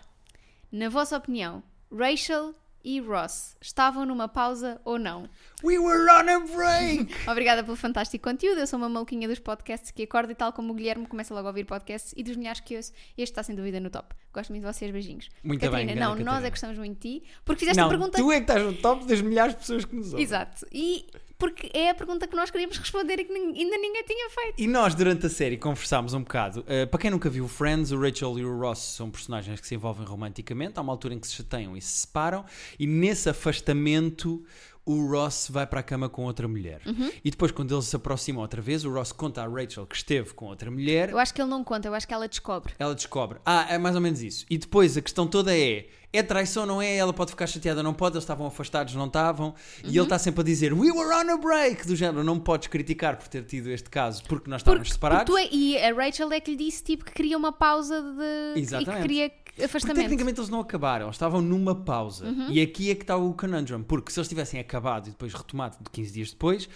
Speaker 1: Na vossa opinião, Rachel e Ross estavam numa pausa ou não?
Speaker 2: We were on a break!
Speaker 1: Obrigada pelo fantástico conteúdo. Eu sou uma maluquinha dos podcasts que acorda e tal como o Guilherme começa logo a ouvir podcasts e dos milhares que ouço. Este está sem dúvida no top. Gosto muito de vocês, beijinhos.
Speaker 2: Muito
Speaker 1: Catarina,
Speaker 2: bem, grande
Speaker 1: não, nós
Speaker 2: Catarina.
Speaker 1: é que gostamos muito de ti, porque fizeste a pergunta.
Speaker 2: tu é que estás no top das milhares de pessoas que nos ouvem.
Speaker 1: Exato. E porque é a pergunta que nós queríamos responder e que nin- ainda ninguém tinha feito.
Speaker 2: E nós, durante a série, conversámos um bocado. Uh, para quem nunca viu Friends, o Rachel e o Ross são personagens que se envolvem romanticamente. Há uma altura em que se chateiam e se separam. E nesse afastamento, o Ross vai para a cama com outra mulher.
Speaker 1: Uhum.
Speaker 2: E depois, quando eles se aproximam outra vez, o Ross conta à Rachel que esteve com outra mulher.
Speaker 1: Eu acho que ele não conta, eu acho que ela descobre.
Speaker 2: Ela descobre. Ah, é mais ou menos isso. E depois a questão toda é: é traição, não é? Ela pode ficar chateada, não pode? Eles estavam afastados, não estavam? E ele está sempre a dizer: We were on a break! Do género, não me podes criticar por ter tido este caso porque nós estávamos separados.
Speaker 1: tu é- e a Rachel é que lhe disse tipo que queria uma pausa de e
Speaker 2: Exatamente.
Speaker 1: que queria
Speaker 2: Porque
Speaker 1: afastamento.
Speaker 2: tecnicamente eles não acabaram, eles estavam numa pausa. E aqui é que está o conundrum, porque se eles tivessem acabado e depois retomado de 15 dias depois,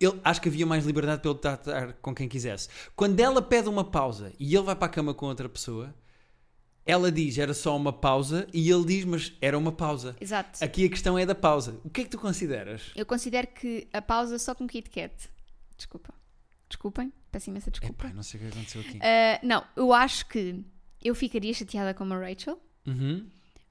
Speaker 2: ele, acho que havia mais liberdade para ele tratar com quem quisesse. Quando ela pede uma pausa e ele vai para a cama com outra pessoa, ela diz era só uma pausa e ele diz, mas era uma pausa.
Speaker 1: Exato.
Speaker 2: Aqui a questão é da pausa. O que é que tu consideras?
Speaker 1: Eu considero que a pausa só com Kit Kat. Desculpa. Desculpem, peço imensa desculpa.
Speaker 2: não sei o que aconteceu aqui.
Speaker 1: Ah, não, eu acho que eu ficaria chateada com a Rachel,
Speaker 2: Uhum.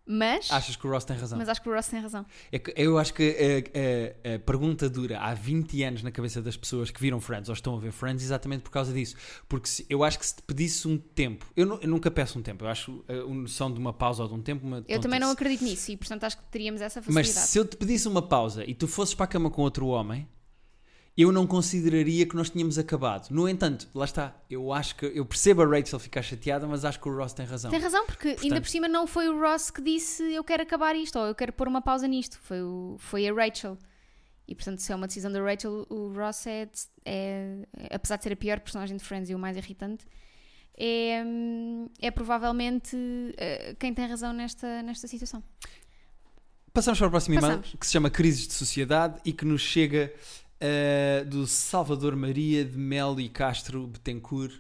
Speaker 1: mas,
Speaker 2: Achas que o Ross tem razão?
Speaker 1: mas acho que o Ross tem razão.
Speaker 2: É que eu acho que eh, a, a- a pergunta dura há 20 anos na cabeça das pessoas que viram Friends ou estão a ver Friends exatamente por causa disso. Porque se- eu acho que se te pedisse um tempo, eu, nu- eu nunca peço um tempo, eu acho a noção de uma pausa ou de um tempo uma
Speaker 1: Eu também não
Speaker 2: tontice.
Speaker 1: acredito nisso e portanto acho que teríamos essa
Speaker 2: Mas
Speaker 1: facilidade.
Speaker 2: se eu te pedisse uma pausa e tu fosses para a cama com outro homem, eu não consideraria que nós tínhamos acabado. No entanto, lá está, eu acho que eu percebo a Rachel ficar chateada, mas acho que o Ross tem razão.
Speaker 1: Tem razão, porque ainda
Speaker 2: Portanto-
Speaker 1: por cima não foi o Ross que disse eu quero acabar isto ou eu quero pôr uma pausa nisto. Foi, o, foi a Rachel. E portanto, se é uma decisão da Rachel, o Ross é, de- é- apesar de ser a pior personagem de Friends e o mais irritante, é, hum, é provavelmente eh, quem tem razão nesta, nesta situação.
Speaker 2: Passamos para o próximo e-mail
Speaker 1: Passamos.
Speaker 2: que se chama Crises de Sociedade e que nos chega eh, do Salvador Maria de Melo e Castro Betancourt,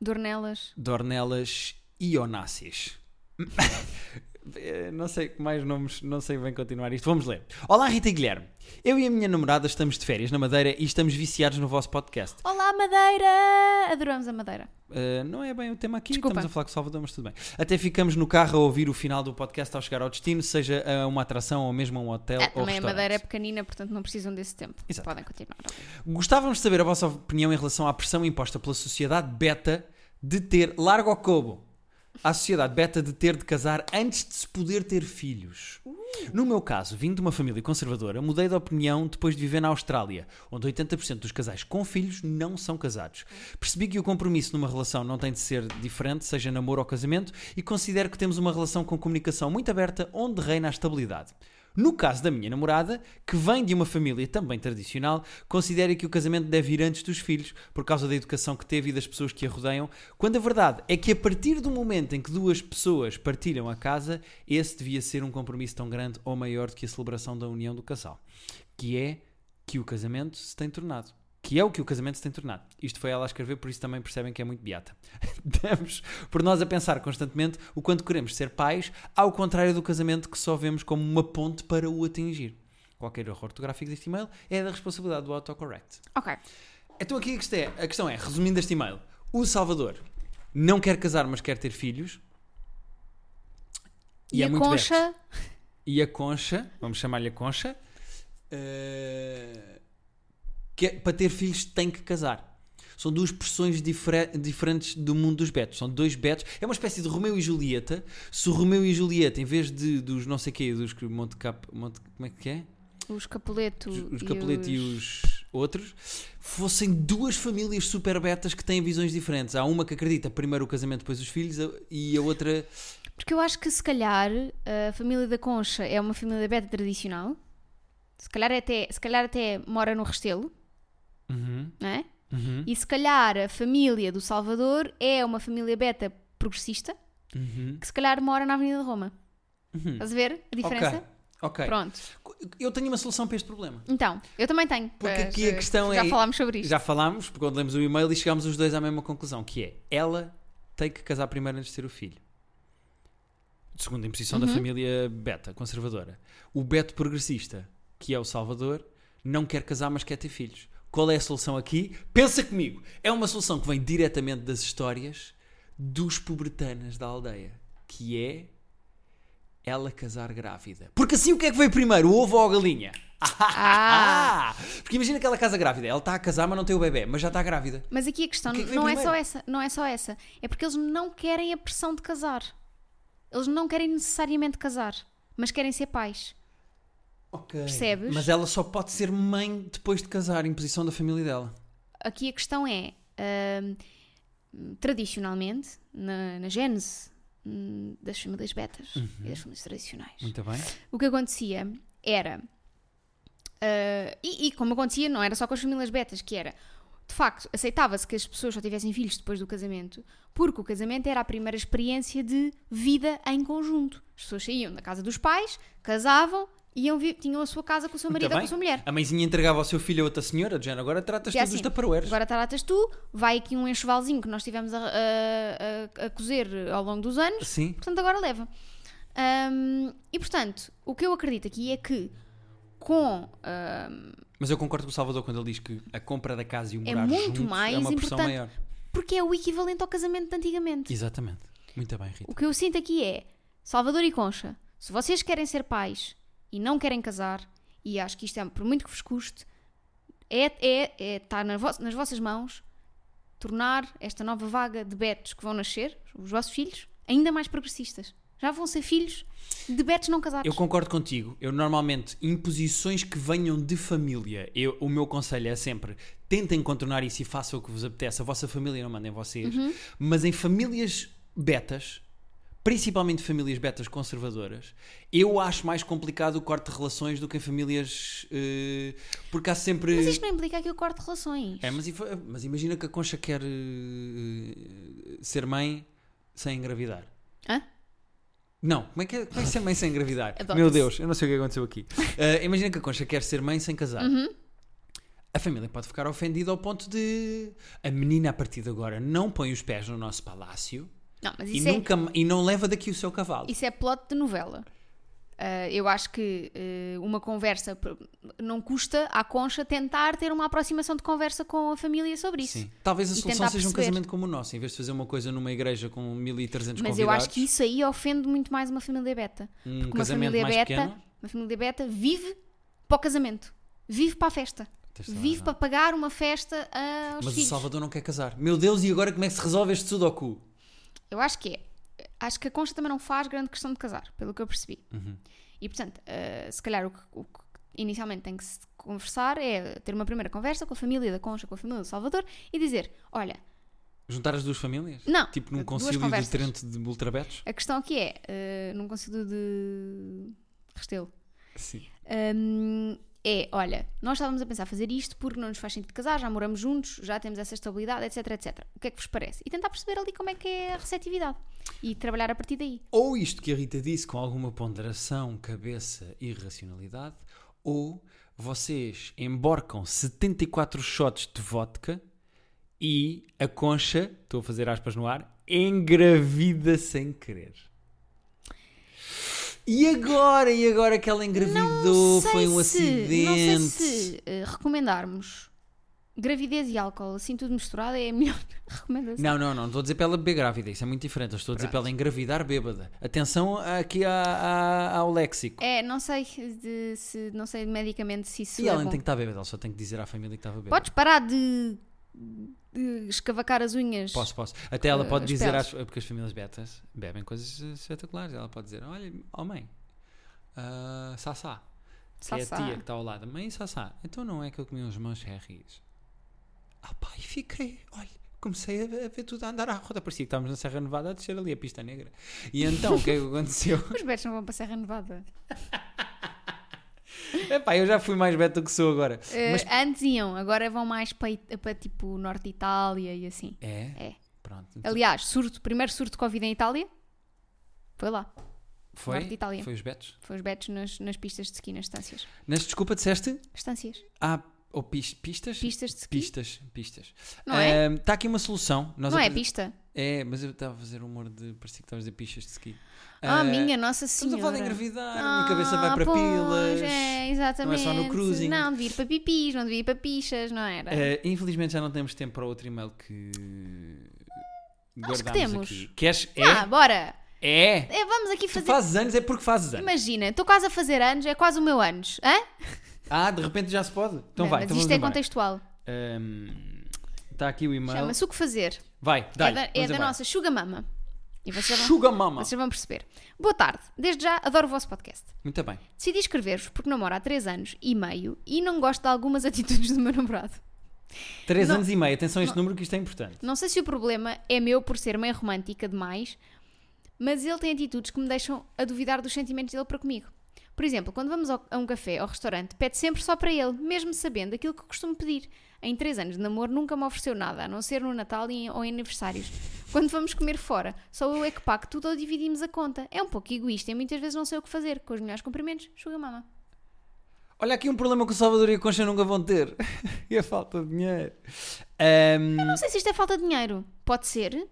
Speaker 1: Dornelas.
Speaker 2: Dornelas e Onassis. eh, Não sei mais nomes, não sei bem continuar isto. Vamos ler. Olá, Rita e Guilherme. Eu e a minha namorada estamos de férias na Madeira e estamos viciados no vosso podcast.
Speaker 1: Olá, Madeira! Adoramos a Madeira.
Speaker 2: Uh, não é bem o tema aqui,
Speaker 1: Desculpa.
Speaker 2: estamos a falar com o Salvador, mas tudo bem. Até ficamos no carro a ouvir o final do podcast ao chegar ao destino, seja a uma atração ou mesmo a um hotel
Speaker 1: Ah,
Speaker 2: ou
Speaker 1: também a
Speaker 2: restaurante.
Speaker 1: Madeira é pequenina, portanto não precisam desse tempo.
Speaker 2: Exato.
Speaker 1: Podem continuar.
Speaker 2: Gostávamos de saber a vossa opinião em relação à pressão imposta pela sociedade beta de ter largo ao cobo. À sociedade beta de ter de casar antes de se poder ter filhos. No meu caso, vindo de uma família conservadora, mudei de opinião depois de viver na Austrália, onde 80% dos casais com filhos não são casados. Percebi que o compromisso numa relação não tem de ser diferente, seja namoro ou casamento, e considero que temos uma relação com comunicação muito aberta, onde reina a estabilidade. No caso da minha namorada, que vem de uma família também tradicional, considera que o casamento deve ir antes dos filhos, por causa da educação que teve e das pessoas que a rodeiam, quando a verdade é que a partir do momento em que duas pessoas partilham a casa, esse devia ser um compromisso tão grande ou maior do que a celebração da união do casal. Que é que o casamento se tem tornado. Que é o que o casamento se tem tornado. Isto foi ela a escrever, por isso também percebem que é muito beata. Damos por nós a pensar constantemente o quanto queremos ser pais, ao contrário do casamento que só vemos como uma ponte para o atingir. Qualquer erro ortográfico deste e-mail é da responsabilidade do autocorrect.
Speaker 1: Ok.
Speaker 2: Então aqui a questão é, a questão é resumindo este e-mail, o Salvador não quer casar, mas quer ter filhos.
Speaker 1: E, a
Speaker 2: é muito beto
Speaker 1: concha?
Speaker 2: e a Concha, vamos chamar-lhe a Concha, eh, que é, para ter filhos tem que casar. São duas pressões difere- diferentes do mundo dos betos. São dois betos. É uma espécie de Romeu e Julieta. Se o Romeu e Julieta, em vez de, dos não sei quê, dos que Monte Cap... Monte, como é que é?
Speaker 1: Os Capuleto.
Speaker 2: Os, os
Speaker 1: e
Speaker 2: Capuleto e os outros. Fossem duas famílias super betas que têm visões diferentes. Há uma que acredita primeiro o casamento, depois os filhos. a- E a outra...
Speaker 1: Porque eu acho que se calhar a família da Concha é uma família beta tradicional. Se calhar até, se calhar até mora no Restelo,
Speaker 2: Uhum,
Speaker 1: não é?
Speaker 2: uhum,
Speaker 1: E se calhar a família do Salvador é uma família beta progressista
Speaker 2: uhum,
Speaker 1: que se calhar mora na Avenida de Roma.
Speaker 2: uhum.
Speaker 1: Estás a ver a diferença?
Speaker 2: Ok. ok.
Speaker 1: Pronto.
Speaker 2: Eu tenho uma solução para este problema.
Speaker 1: Então, eu também tenho.
Speaker 2: Porque
Speaker 1: mas,
Speaker 2: aqui a
Speaker 1: eh,
Speaker 2: questão
Speaker 1: já
Speaker 2: é-
Speaker 1: falámos sobre isto.
Speaker 2: Já falámos, porque quando lemos o e-mail e chegámos os dois à mesma conclusão, que é ela tem que casar primeiro antes de ter o filho. Segundo a imposição
Speaker 1: Uhum.
Speaker 2: da família beta, conservadora. O beto progressista, que é o Salvador, não quer casar, mas quer ter filhos. Qual é a solução aqui? Pensa comigo. É uma solução que vem diretamente das histórias dos pobretanas da aldeia, que é ela casar grávida. Porque assim o que é que veio primeiro, o ovo ou a galinha? Ah! Porque imagina que ela casa grávida. Ela está a casar, mas não tem o bebê, mas já está grávida.
Speaker 1: Mas aqui a questão
Speaker 2: O que é que vem
Speaker 1: não é
Speaker 2: primeiro?
Speaker 1: só essa, não é só essa. É porque eles não querem a pressão de casar. Eles não querem necessariamente casar, mas querem ser pais.
Speaker 2: Ok.
Speaker 1: Percebes?
Speaker 2: Mas ela só pode ser mãe depois de casar, em posição da família dela.
Speaker 1: Aqui a questão é, ahm, tradicionalmente, na, na gênese hum, das famílias betas e das famílias tradicionais,
Speaker 2: Uhum. Muito bem.
Speaker 1: o que acontecia era. ah, e, e como acontecia, não era só com as famílias betas, que era. De facto, aceitava-se que as pessoas só tivessem filhos depois do casamento, porque o casamento era a primeira experiência de vida em conjunto. As pessoas saíam da casa dos pais, casavam, iam vi- tinham a sua casa com o seu marido ou com a sua mulher.
Speaker 2: A mãezinha entregava ao seu filho a outra senhora, Jane. Agora tratas
Speaker 1: E é
Speaker 2: todos
Speaker 1: assim,
Speaker 2: os taparoeiros.
Speaker 1: Agora tratas tu, vai aqui um enxovalzinho que nós tivemos a, a- a- a cozer ao longo dos anos,
Speaker 2: Sim.
Speaker 1: portanto agora leva. Ahm, e portanto, o que eu acredito aqui é que com ahm,
Speaker 2: Mas eu concordo com o Salvador quando ele diz que a compra da casa e o
Speaker 1: É
Speaker 2: morar
Speaker 1: muito
Speaker 2: juntos é
Speaker 1: mais
Speaker 2: uma pressão
Speaker 1: importante.
Speaker 2: maior.
Speaker 1: porque é o equivalente ao casamento de antigamente.
Speaker 2: Exatamente. Muito bem, Rita.
Speaker 1: O que eu sinto aqui é Salvador e Concha, se vocês querem ser pais e não querem casar, e acho que isto é por muito que vos custe, é, é, é, está na vo- nas vossas mãos tornar esta nova vaga de betos que vão nascer, os vossos filhos, ainda mais progressistas. Já vão ser filhos de betos não casados.
Speaker 2: Eu concordo contigo. Eu normalmente, imposições que venham de família, eu- o meu conselho é sempre tentem contornar isso e façam o que vos apetece. A vossa família não manda em vocês.
Speaker 1: Uhum.
Speaker 2: Mas em famílias betas, principalmente famílias betas conservadoras, eu acho mais complicado o corte de relações do que em famílias. eh, porque há sempre.
Speaker 1: Mas isto não implica que eu corte relações.
Speaker 2: É, mas, if- mas imagina que a Concha quer eh, ser mãe sem engravidar.
Speaker 1: Hã?
Speaker 2: Não, como é que é, como é que ser mãe sem engravidar?
Speaker 1: Adoro
Speaker 2: Meu
Speaker 1: isso.
Speaker 2: Deus, eu não sei o que aconteceu aqui. Ah, imagina que a Concha quer ser mãe sem casar.
Speaker 1: Uhum.
Speaker 2: A família pode ficar ofendida ao ponto de a menina a partir de agora não põe os pés no nosso palácio
Speaker 1: Não, mas
Speaker 2: E,
Speaker 1: isso, é,
Speaker 2: nunca, e não leva daqui o seu cavalo.
Speaker 1: isso é plot de novela. Ah, eu acho que eh, uma conversa por- não custa à Concha tentar ter uma aproximação de conversa com a família sobre isso.
Speaker 2: Sim. Talvez a
Speaker 1: E
Speaker 2: solução
Speaker 1: tentar
Speaker 2: seja um
Speaker 1: perceber.
Speaker 2: casamento como o nosso, em vez de fazer uma coisa numa igreja com 1300
Speaker 1: Mas
Speaker 2: convidados.
Speaker 1: eu acho que isso aí ofende muito mais uma família beta.
Speaker 2: Um
Speaker 1: porque uma
Speaker 2: casamento
Speaker 1: família
Speaker 2: mais
Speaker 1: beta,
Speaker 2: pequeno?
Speaker 1: uma família beta vive para o casamento, vive para a festa,
Speaker 2: Tens toda a
Speaker 1: vive
Speaker 2: razão.
Speaker 1: para pagar uma festa aos
Speaker 2: Mas
Speaker 1: filhos.
Speaker 2: o Salvador não quer casar. Meu Deus, e agora como é que se resolve este sudoku?
Speaker 1: Eu acho que é. Acho que a Concha também não faz grande questão de casar, pelo que eu percebi. E portanto, eh, se calhar o que, o que inicialmente tem que se conversar é ter uma primeira conversa com a família da Concha, com a família do Salvador e dizer: olha,
Speaker 2: Juntar as duas famílias?
Speaker 1: Não,
Speaker 2: Tipo num
Speaker 1: duas
Speaker 2: concílio de
Speaker 1: conversas.
Speaker 2: Trento de Ultrabetos?
Speaker 1: a questão aqui é, eh, num concílio de Restelo,
Speaker 2: Sim.
Speaker 1: Hum, é, olha, nós estávamos a pensar fazer isto porque não nos faz sentido casar, já moramos juntos, já temos essa estabilidade, etc, etc. O que é que vos parece? E tentar perceber ali como é que é a receptividade e trabalhar a partir daí.
Speaker 2: Ou isto que a Rita disse com alguma ponderação, cabeça e racionalidade, ou vocês emborcam 74 shots de vodka e a concha, estou a fazer aspas no ar, engravida sem querer. E agora? E agora que ela engravidou?
Speaker 1: Sei
Speaker 2: Foi um
Speaker 1: se-
Speaker 2: acidente?
Speaker 1: Não sei se eh, recomendarmos gravidez e álcool assim tudo misturado é a melhor recomendação.
Speaker 2: Não, não, não, não estou a dizer para ela beber grávida, isso é muito diferente. Eu estou a dizer para ela engravidar bêbada. Atenção aqui à- à- ao léxico.
Speaker 1: É, não sei de- se, não sei medicamente se isso
Speaker 2: e
Speaker 1: é
Speaker 2: ela
Speaker 1: bom.
Speaker 2: não tem que estar bêbada, ela só tem que dizer à família que estava bêbada.
Speaker 1: Podes parar de, de escavacar as unhas.
Speaker 2: Posso, posso. Até ela
Speaker 1: eh,
Speaker 2: pode
Speaker 1: as
Speaker 2: dizer,
Speaker 1: peles.
Speaker 2: às, porque as famílias betas bebem coisas eh, espetaculares. Ela pode dizer: Olha, ó mãe, ah, Sassá, que é
Speaker 1: Sassá.
Speaker 2: a tia que está ao lado. Mãe, Sassá, então não é que eu comi uns mãos Harry's? Ah pá, e fiquei, olha, comecei a ver, a ver tudo a andar à roda. Parecia que estávamos na Serra Nevada a descer ali a pista negra. E então, o que é que aconteceu?
Speaker 1: Os betos não vão para a Serra Nevada.
Speaker 2: Epá, eu já fui mais beta do que sou agora.
Speaker 1: Eh,
Speaker 2: Mas-
Speaker 1: Antes iam, agora vão mais para, It- para, tipo Norte de Itália e assim.
Speaker 2: É?
Speaker 1: É.
Speaker 2: Pronto.
Speaker 1: Aliás, surto, primeiro surto de Covid em Itália foi lá.
Speaker 2: foi?
Speaker 1: Norte de Itália.
Speaker 2: Foi os betos.
Speaker 1: Foi os betos nas, nas pistas de ski, nas estâncias.
Speaker 2: Nas desculpa, disseste?
Speaker 1: Estâncias.
Speaker 2: Ah, ou pis- pistas?
Speaker 1: Pistas de ski.
Speaker 2: Pistas, pistas.
Speaker 1: Não é?
Speaker 2: Está aqui uma solução. Nós
Speaker 1: Não é
Speaker 2: apres-
Speaker 1: pista?
Speaker 2: É, mas eu estava a fazer humor de. Parecia que estavas a dizer pistas de ski.
Speaker 1: Ah,
Speaker 2: Ah,
Speaker 1: minha Nossa
Speaker 2: Estamos
Speaker 1: Senhora.
Speaker 2: a falar de engravidar, a minha cabeça vai
Speaker 1: Ah,
Speaker 2: para
Speaker 1: pois,
Speaker 2: pilas.
Speaker 1: É, exatamente.
Speaker 2: cruising.
Speaker 1: Não, devia ir para pipis, não devia ir para pichas, não era?
Speaker 2: Eh, infelizmente já não temos tempo para outro e-mail que.
Speaker 1: Acho que
Speaker 2: guardámos
Speaker 1: temos.
Speaker 2: Aqui. Queres?
Speaker 1: Ah, bora!
Speaker 2: É? É?
Speaker 1: É, vamos aqui
Speaker 2: Tu
Speaker 1: fazer.
Speaker 2: fazes anos, é porque fazes anos.
Speaker 1: Imagina, estou quase a fazer anos, é quase o meu anos. Hã?
Speaker 2: Ah, de repente já se pode? Então
Speaker 1: Não,
Speaker 2: vai,
Speaker 1: mas
Speaker 2: então
Speaker 1: isto é
Speaker 2: vamos
Speaker 1: contextual.
Speaker 2: Está aqui o e-mail.
Speaker 1: Chama-se O que Fazer.
Speaker 2: Vai,
Speaker 1: É
Speaker 2: dá-lhe,
Speaker 1: da, é
Speaker 2: vamos
Speaker 1: da
Speaker 2: embora.
Speaker 1: nossa Suga Mama. E vocês vão,
Speaker 2: Sugar Mama.
Speaker 1: vocês vão perceber. Boa tarde. Desde já, adoro o vosso podcast.
Speaker 2: Muito bem.
Speaker 1: Decidi escrever-vos porque namoro há 3 anos e meio e não gosto de algumas atitudes do meu namorado.
Speaker 2: 3
Speaker 1: Não-
Speaker 2: anos e meio, atenção a este número que isto é importante.
Speaker 1: Não sei se o problema é meu por ser meio romântica demais, mas ele tem atitudes que me deixam a duvidar dos sentimentos dele para comigo. Por exemplo, quando vamos ao- a um café ou restaurante, pede sempre só para ele, mesmo sabendo aquilo que costumo pedir. Em 3 anos de namoro nunca me ofereceu nada, a não ser no Natal e em- ou em aniversários. Quando vamos comer fora, só eu é que pago tudo ou dividimos a conta. É um pouco egoísta e muitas vezes não sei o que fazer. Com os melhores cumprimentos, Suga Mama.
Speaker 2: Olha aqui um problema que o Salvador e a Concha nunca vão ter. e a falta de dinheiro. Ahm,
Speaker 1: Não sei se isto é falta de dinheiro. Pode ser.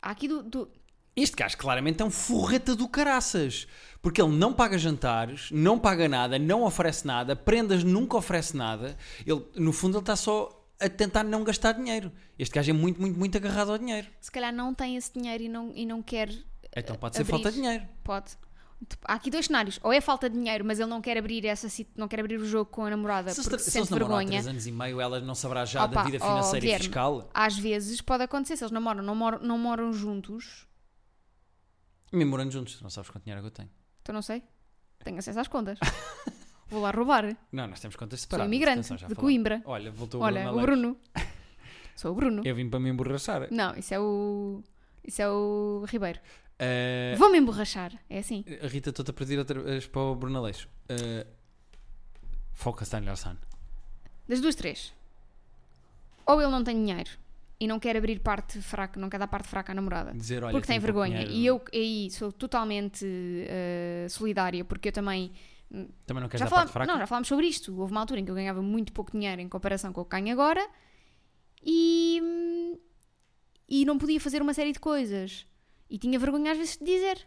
Speaker 1: Há aqui do- do,
Speaker 2: este gajo claramente é um forreta do caraças. Porque ele não paga jantares, não paga nada, não oferece nada, prendas nunca oferece nada. Ele, no fundo, ele está só a tentar não gastar dinheiro. Este gajo é muito, muito, muito agarrado ao dinheiro.
Speaker 1: se calhar não tem esse dinheiro e não, e não quer.
Speaker 2: Então
Speaker 1: eh,
Speaker 2: pode ser
Speaker 1: abrir.
Speaker 2: falta de dinheiro.
Speaker 1: Pode. Tipo, Há aqui dois cenários. Ou é falta de dinheiro, mas ele não quer abrir essa sit- não quer abrir o jogo com a namorada
Speaker 2: Se
Speaker 1: porque
Speaker 2: eles-
Speaker 1: se
Speaker 2: se eles
Speaker 1: sente
Speaker 2: namoram há
Speaker 1: vergonha.
Speaker 2: 3 anos e meio, ela não saberá já da
Speaker 1: Opa,
Speaker 2: vida
Speaker 1: ó,
Speaker 2: financeira e
Speaker 1: Guilherme,
Speaker 2: fiscal.
Speaker 1: Às vezes pode acontecer, se eles namoram, não moram, não moram juntos,
Speaker 2: Mesmo morando juntos, não sabes quanto dinheiro é que eu tenho.
Speaker 1: então não sei. Tenho acesso às contas. Vou lá roubar.
Speaker 2: Não, nós temos contas
Speaker 1: Sou
Speaker 2: separadas.
Speaker 1: imigrante
Speaker 2: atenção, já
Speaker 1: de
Speaker 2: falamos.
Speaker 1: Coimbra.
Speaker 2: Olha, voltou
Speaker 1: Olha,
Speaker 2: o
Speaker 1: o
Speaker 2: Bruno. Aleixo.
Speaker 1: Bruno. Sou o Bruno.
Speaker 2: Eu vim para me emborrachar.
Speaker 1: Não, isso é o. Isso é o Ribeiro.
Speaker 2: Eh,
Speaker 1: Vou-me emborrachar. É assim.
Speaker 2: Rita, estou-te a pedir outra vez para o Bruno Aleixo. Eh, Foca-se na Nelson.
Speaker 1: Das duas, três. Ou ele não tem dinheiro e não quer abrir parte fraca, não quer dar parte fraca à namorada.
Speaker 2: Dizer, olha,
Speaker 1: porque tem
Speaker 2: tenho
Speaker 1: vergonha.
Speaker 2: pouco
Speaker 1: E
Speaker 2: dinheiro. é?
Speaker 1: eu aí sou totalmente eh, solidária, porque eu também.
Speaker 2: Também não queres
Speaker 1: Já,
Speaker 2: dar
Speaker 1: falámos-
Speaker 2: parte fraca?
Speaker 1: não, já falámos sobre isto. Houve uma altura em que eu ganhava muito pouco dinheiro em comparação com o que ganho agora e. e não podia fazer uma série de coisas. E tinha vergonha às vezes de dizer.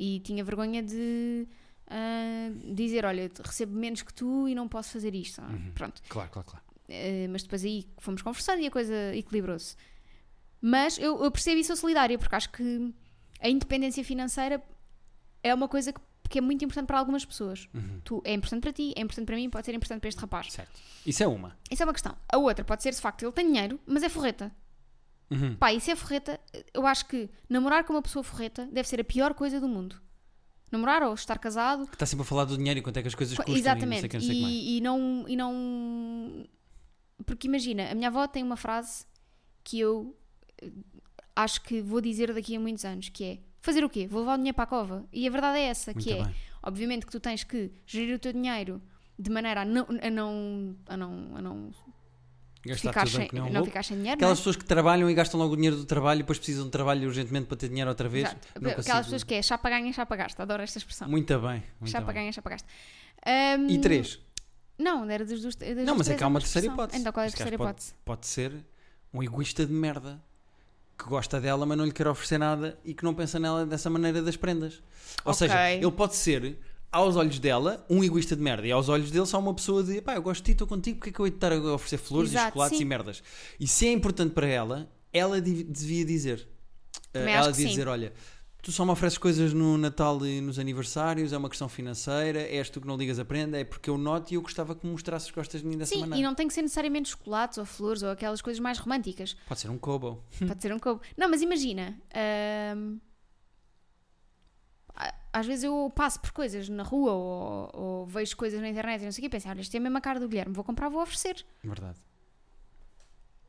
Speaker 1: E tinha vergonha de ah, dizer: olha, te- recebo menos que tu e não posso fazer isto. Ah,
Speaker 2: Uhum.
Speaker 1: Pronto.
Speaker 2: Claro, claro, claro.
Speaker 1: Eh, mas depois aí fomos conversando e a coisa equilibrou-se. Mas eu, eu percebo e sou solidária, porque acho que a independência financeira é uma coisa que, que é muito importante para algumas pessoas. Tu, é importante para ti, é importante para mim, pode ser importante para este rapaz.
Speaker 2: Certo. Isso é uma.
Speaker 1: Isso é uma questão. A outra pode ser, de facto, ele tem dinheiro, mas é forreta.
Speaker 2: Uhum.
Speaker 1: Pá, isso é forreta. Eu acho que namorar com uma pessoa forreta deve ser a pior coisa do mundo. Namorar ou estar casado.
Speaker 2: Que está sempre a falar do dinheiro e quanto é que as coisas
Speaker 1: co-
Speaker 2: custam e não sei o
Speaker 1: exatamente.
Speaker 2: que, não sei é. o que mais.
Speaker 1: E, e não, e não. Porque imagina, a minha avó tem uma frase que eu eh, acho que vou dizer daqui a muitos anos: que é fazer o quê? Vou levar o dinheiro para a cova. E a verdade é essa: que
Speaker 2: Muito
Speaker 1: é,
Speaker 2: bem.
Speaker 1: obviamente, que tu tens que gerir o teu dinheiro de maneira a não, a não, a não, a não
Speaker 2: Gastar
Speaker 1: ficar,
Speaker 2: tudo em
Speaker 1: sem,
Speaker 2: que não é um
Speaker 1: não
Speaker 2: louco.
Speaker 1: ficar sem dinheiro. não é?
Speaker 2: Aquelas pessoas que trabalham e gastam logo o dinheiro do trabalho e depois precisam de trabalho urgentemente para ter dinheiro outra vez.
Speaker 1: é? Exato.
Speaker 2: Não
Speaker 1: Aquelas
Speaker 2: consigo.
Speaker 1: pessoas que é chapa ganha, chapa gasta. Adoro esta expressão.
Speaker 2: Muito bem. Muito
Speaker 1: chapa
Speaker 2: bem.
Speaker 1: ganha, chapa gasta. Ahm,
Speaker 2: E três.
Speaker 1: Não, era das duas. das
Speaker 2: Não,
Speaker 1: duas
Speaker 2: mas é
Speaker 1: três
Speaker 2: que há uma
Speaker 1: expressão.
Speaker 2: terceira hipótese.
Speaker 1: Então qual é a
Speaker 2: Este gajo
Speaker 1: terceira
Speaker 2: pode-
Speaker 1: hipótese?
Speaker 2: Pode ser um egoísta de merda que gosta dela, mas não lhe quer oferecer nada e que não pensa nela dessa maneira das prendas. Ou
Speaker 1: Ok.
Speaker 2: seja, ele pode ser, aos olhos dela, um egoísta de merda e aos olhos dele, só uma pessoa de pá, eu gosto de ti, estou contigo, porque é que eu hei de estar a oferecer flores
Speaker 1: Exato,
Speaker 2: e chocolates
Speaker 1: sim.
Speaker 2: e merdas? E se é importante para ela, ela dev- devia dizer. Eh,
Speaker 1: Também
Speaker 2: ela
Speaker 1: acho que
Speaker 2: devia
Speaker 1: sim.
Speaker 2: dizer, olha. Tu só me ofereces coisas no Natal e nos aniversários, é uma questão financeira, és tu que não ligas a prenda, é porque eu noto e eu gostava que me mostrasses que gostas de mim dessa
Speaker 1: Sim,
Speaker 2: maneira.
Speaker 1: e não tem que ser necessariamente chocolates ou flores ou aquelas coisas mais românticas.
Speaker 2: Pode ser um Kobo.
Speaker 1: Pode ser um coubo. Não, mas imagina. ahm, a- às vezes eu passo por coisas na rua ou, ou vejo coisas na internet e não sei o quê e penso, olha, isto é a mesma cara do Guilherme, vou comprar, vou oferecer.
Speaker 2: Verdade.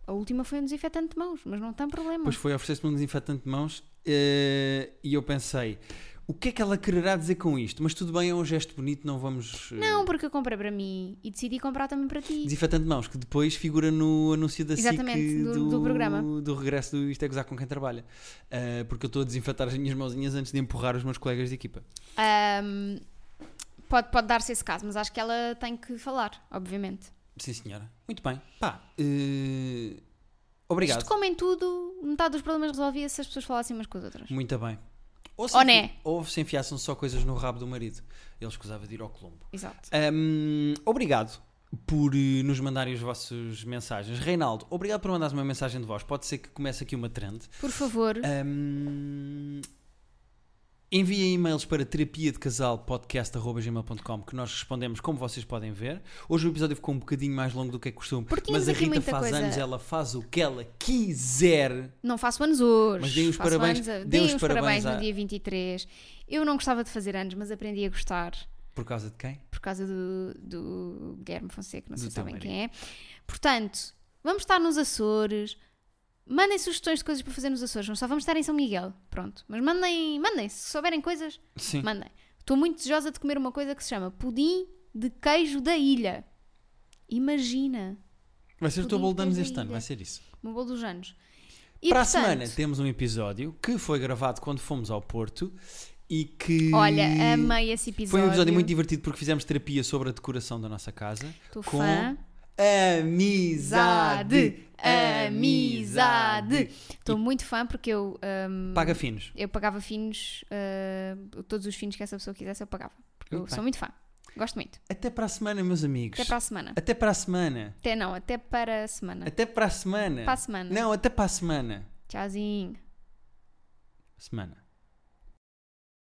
Speaker 1: A última foi um desinfetante de mãos, mas não tem problema.
Speaker 2: Depois foi oferecer-me um desinfetante de mãos eh, e eu pensei, o que é que ela quererá dizer com isto? Mas tudo bem, é um gesto bonito, não vamos... eh,
Speaker 1: Não, porque eu comprei para mim e decidi comprar também para ti.
Speaker 2: Desinfetante de mãos, que depois figura no anúncio da
Speaker 1: Exatamente,
Speaker 2: SIC
Speaker 1: do- do programa.
Speaker 2: do regresso do Isto é Gozar com quem trabalha. Eh, porque eu estou a desinfetar as minhas mãozinhas antes de empurrar os meus colegas de equipa.
Speaker 1: Ahm, Hum, pode pode dar-se esse caso, mas acho que ela tem que falar, obviamente.
Speaker 2: Sim, senhora. Muito bem. Pá, eh, obrigado.
Speaker 1: Isto, como em tudo, metade dos problemas resolvia se as pessoas falassem umas com as outras.
Speaker 2: Muito bem. Ou se,
Speaker 1: Ou
Speaker 2: enfi-
Speaker 1: né?
Speaker 2: ou se enfiassem só coisas no rabo do marido. Ele escusava de ir ao Colombo.
Speaker 1: Exato.
Speaker 2: Hum, obrigado por eh, nos mandarem as vossas mensagens. Reinaldo, obrigado por mandares uma mensagem de voz. Pode ser que comece aqui uma trend.
Speaker 1: Por favor,
Speaker 2: Hum, enviem e-mails para terapia de casal podcast.gmail.com que nós respondemos como vocês podem ver. Hoje o episódio ficou um bocadinho mais longo do que é costume,
Speaker 1: Porque tínhamos
Speaker 2: mas a
Speaker 1: aqui
Speaker 2: Rita
Speaker 1: muita
Speaker 2: faz
Speaker 1: coisa.
Speaker 2: anos, ela faz o que ela quiser.
Speaker 1: não faço anos hoje.
Speaker 2: Mas deem os
Speaker 1: faço
Speaker 2: parabéns-
Speaker 1: anos a-
Speaker 2: deem
Speaker 1: deem
Speaker 2: os
Speaker 1: os parabéns
Speaker 2: parabéns à-
Speaker 1: no dia 23. Eu não gostava de fazer anos, mas aprendi a gostar
Speaker 2: Por causa de quem?
Speaker 1: por causa do, do Guilherme Fonseca, não sei
Speaker 2: Do
Speaker 1: se sabem
Speaker 2: teu
Speaker 1: quem é. Portanto, vamos estar nos Açores. Mandem sugestões de coisas para fazer nos Açores, não só vamos estar em São Miguel, pronto. Mas mandem, mandem, se souberem coisas,
Speaker 2: Sim.
Speaker 1: mandem. Estou muito desejosa de comer uma coisa que se chama pudim de queijo da ilha. Imagina,
Speaker 2: Vai ser o teu
Speaker 1: Pudim
Speaker 2: bolo de anos
Speaker 1: de
Speaker 2: este ano,
Speaker 1: vida.
Speaker 2: vai ser isso.
Speaker 1: o meu bolo dos anos. E,
Speaker 2: Para
Speaker 1: portanto,
Speaker 2: a semana temos um episódio que foi gravado quando fomos ao Porto e que.
Speaker 1: Olha, amei esse episódio.
Speaker 2: Foi um episódio muito divertido porque fizemos terapia sobre a decoração da nossa casa.
Speaker 1: Estou
Speaker 2: com
Speaker 1: fã.
Speaker 2: amizade.
Speaker 1: Amizade. Estou muito fã porque eu, hum,
Speaker 2: Paga finos.
Speaker 1: eu pagava finos, hum, todos os finos que essa pessoa quisesse eu pagava. Porque eu
Speaker 2: Muito bem.
Speaker 1: sou muito fã. Gosto muito.
Speaker 2: Até para a semana, meus amigos.
Speaker 1: Até para a semana.
Speaker 2: Até para a semana.
Speaker 1: Até não, até para a semana.
Speaker 2: Até para a semana.
Speaker 1: Para a semana.
Speaker 2: Não, até para a semana.
Speaker 1: Tchauzinho.
Speaker 2: Semana.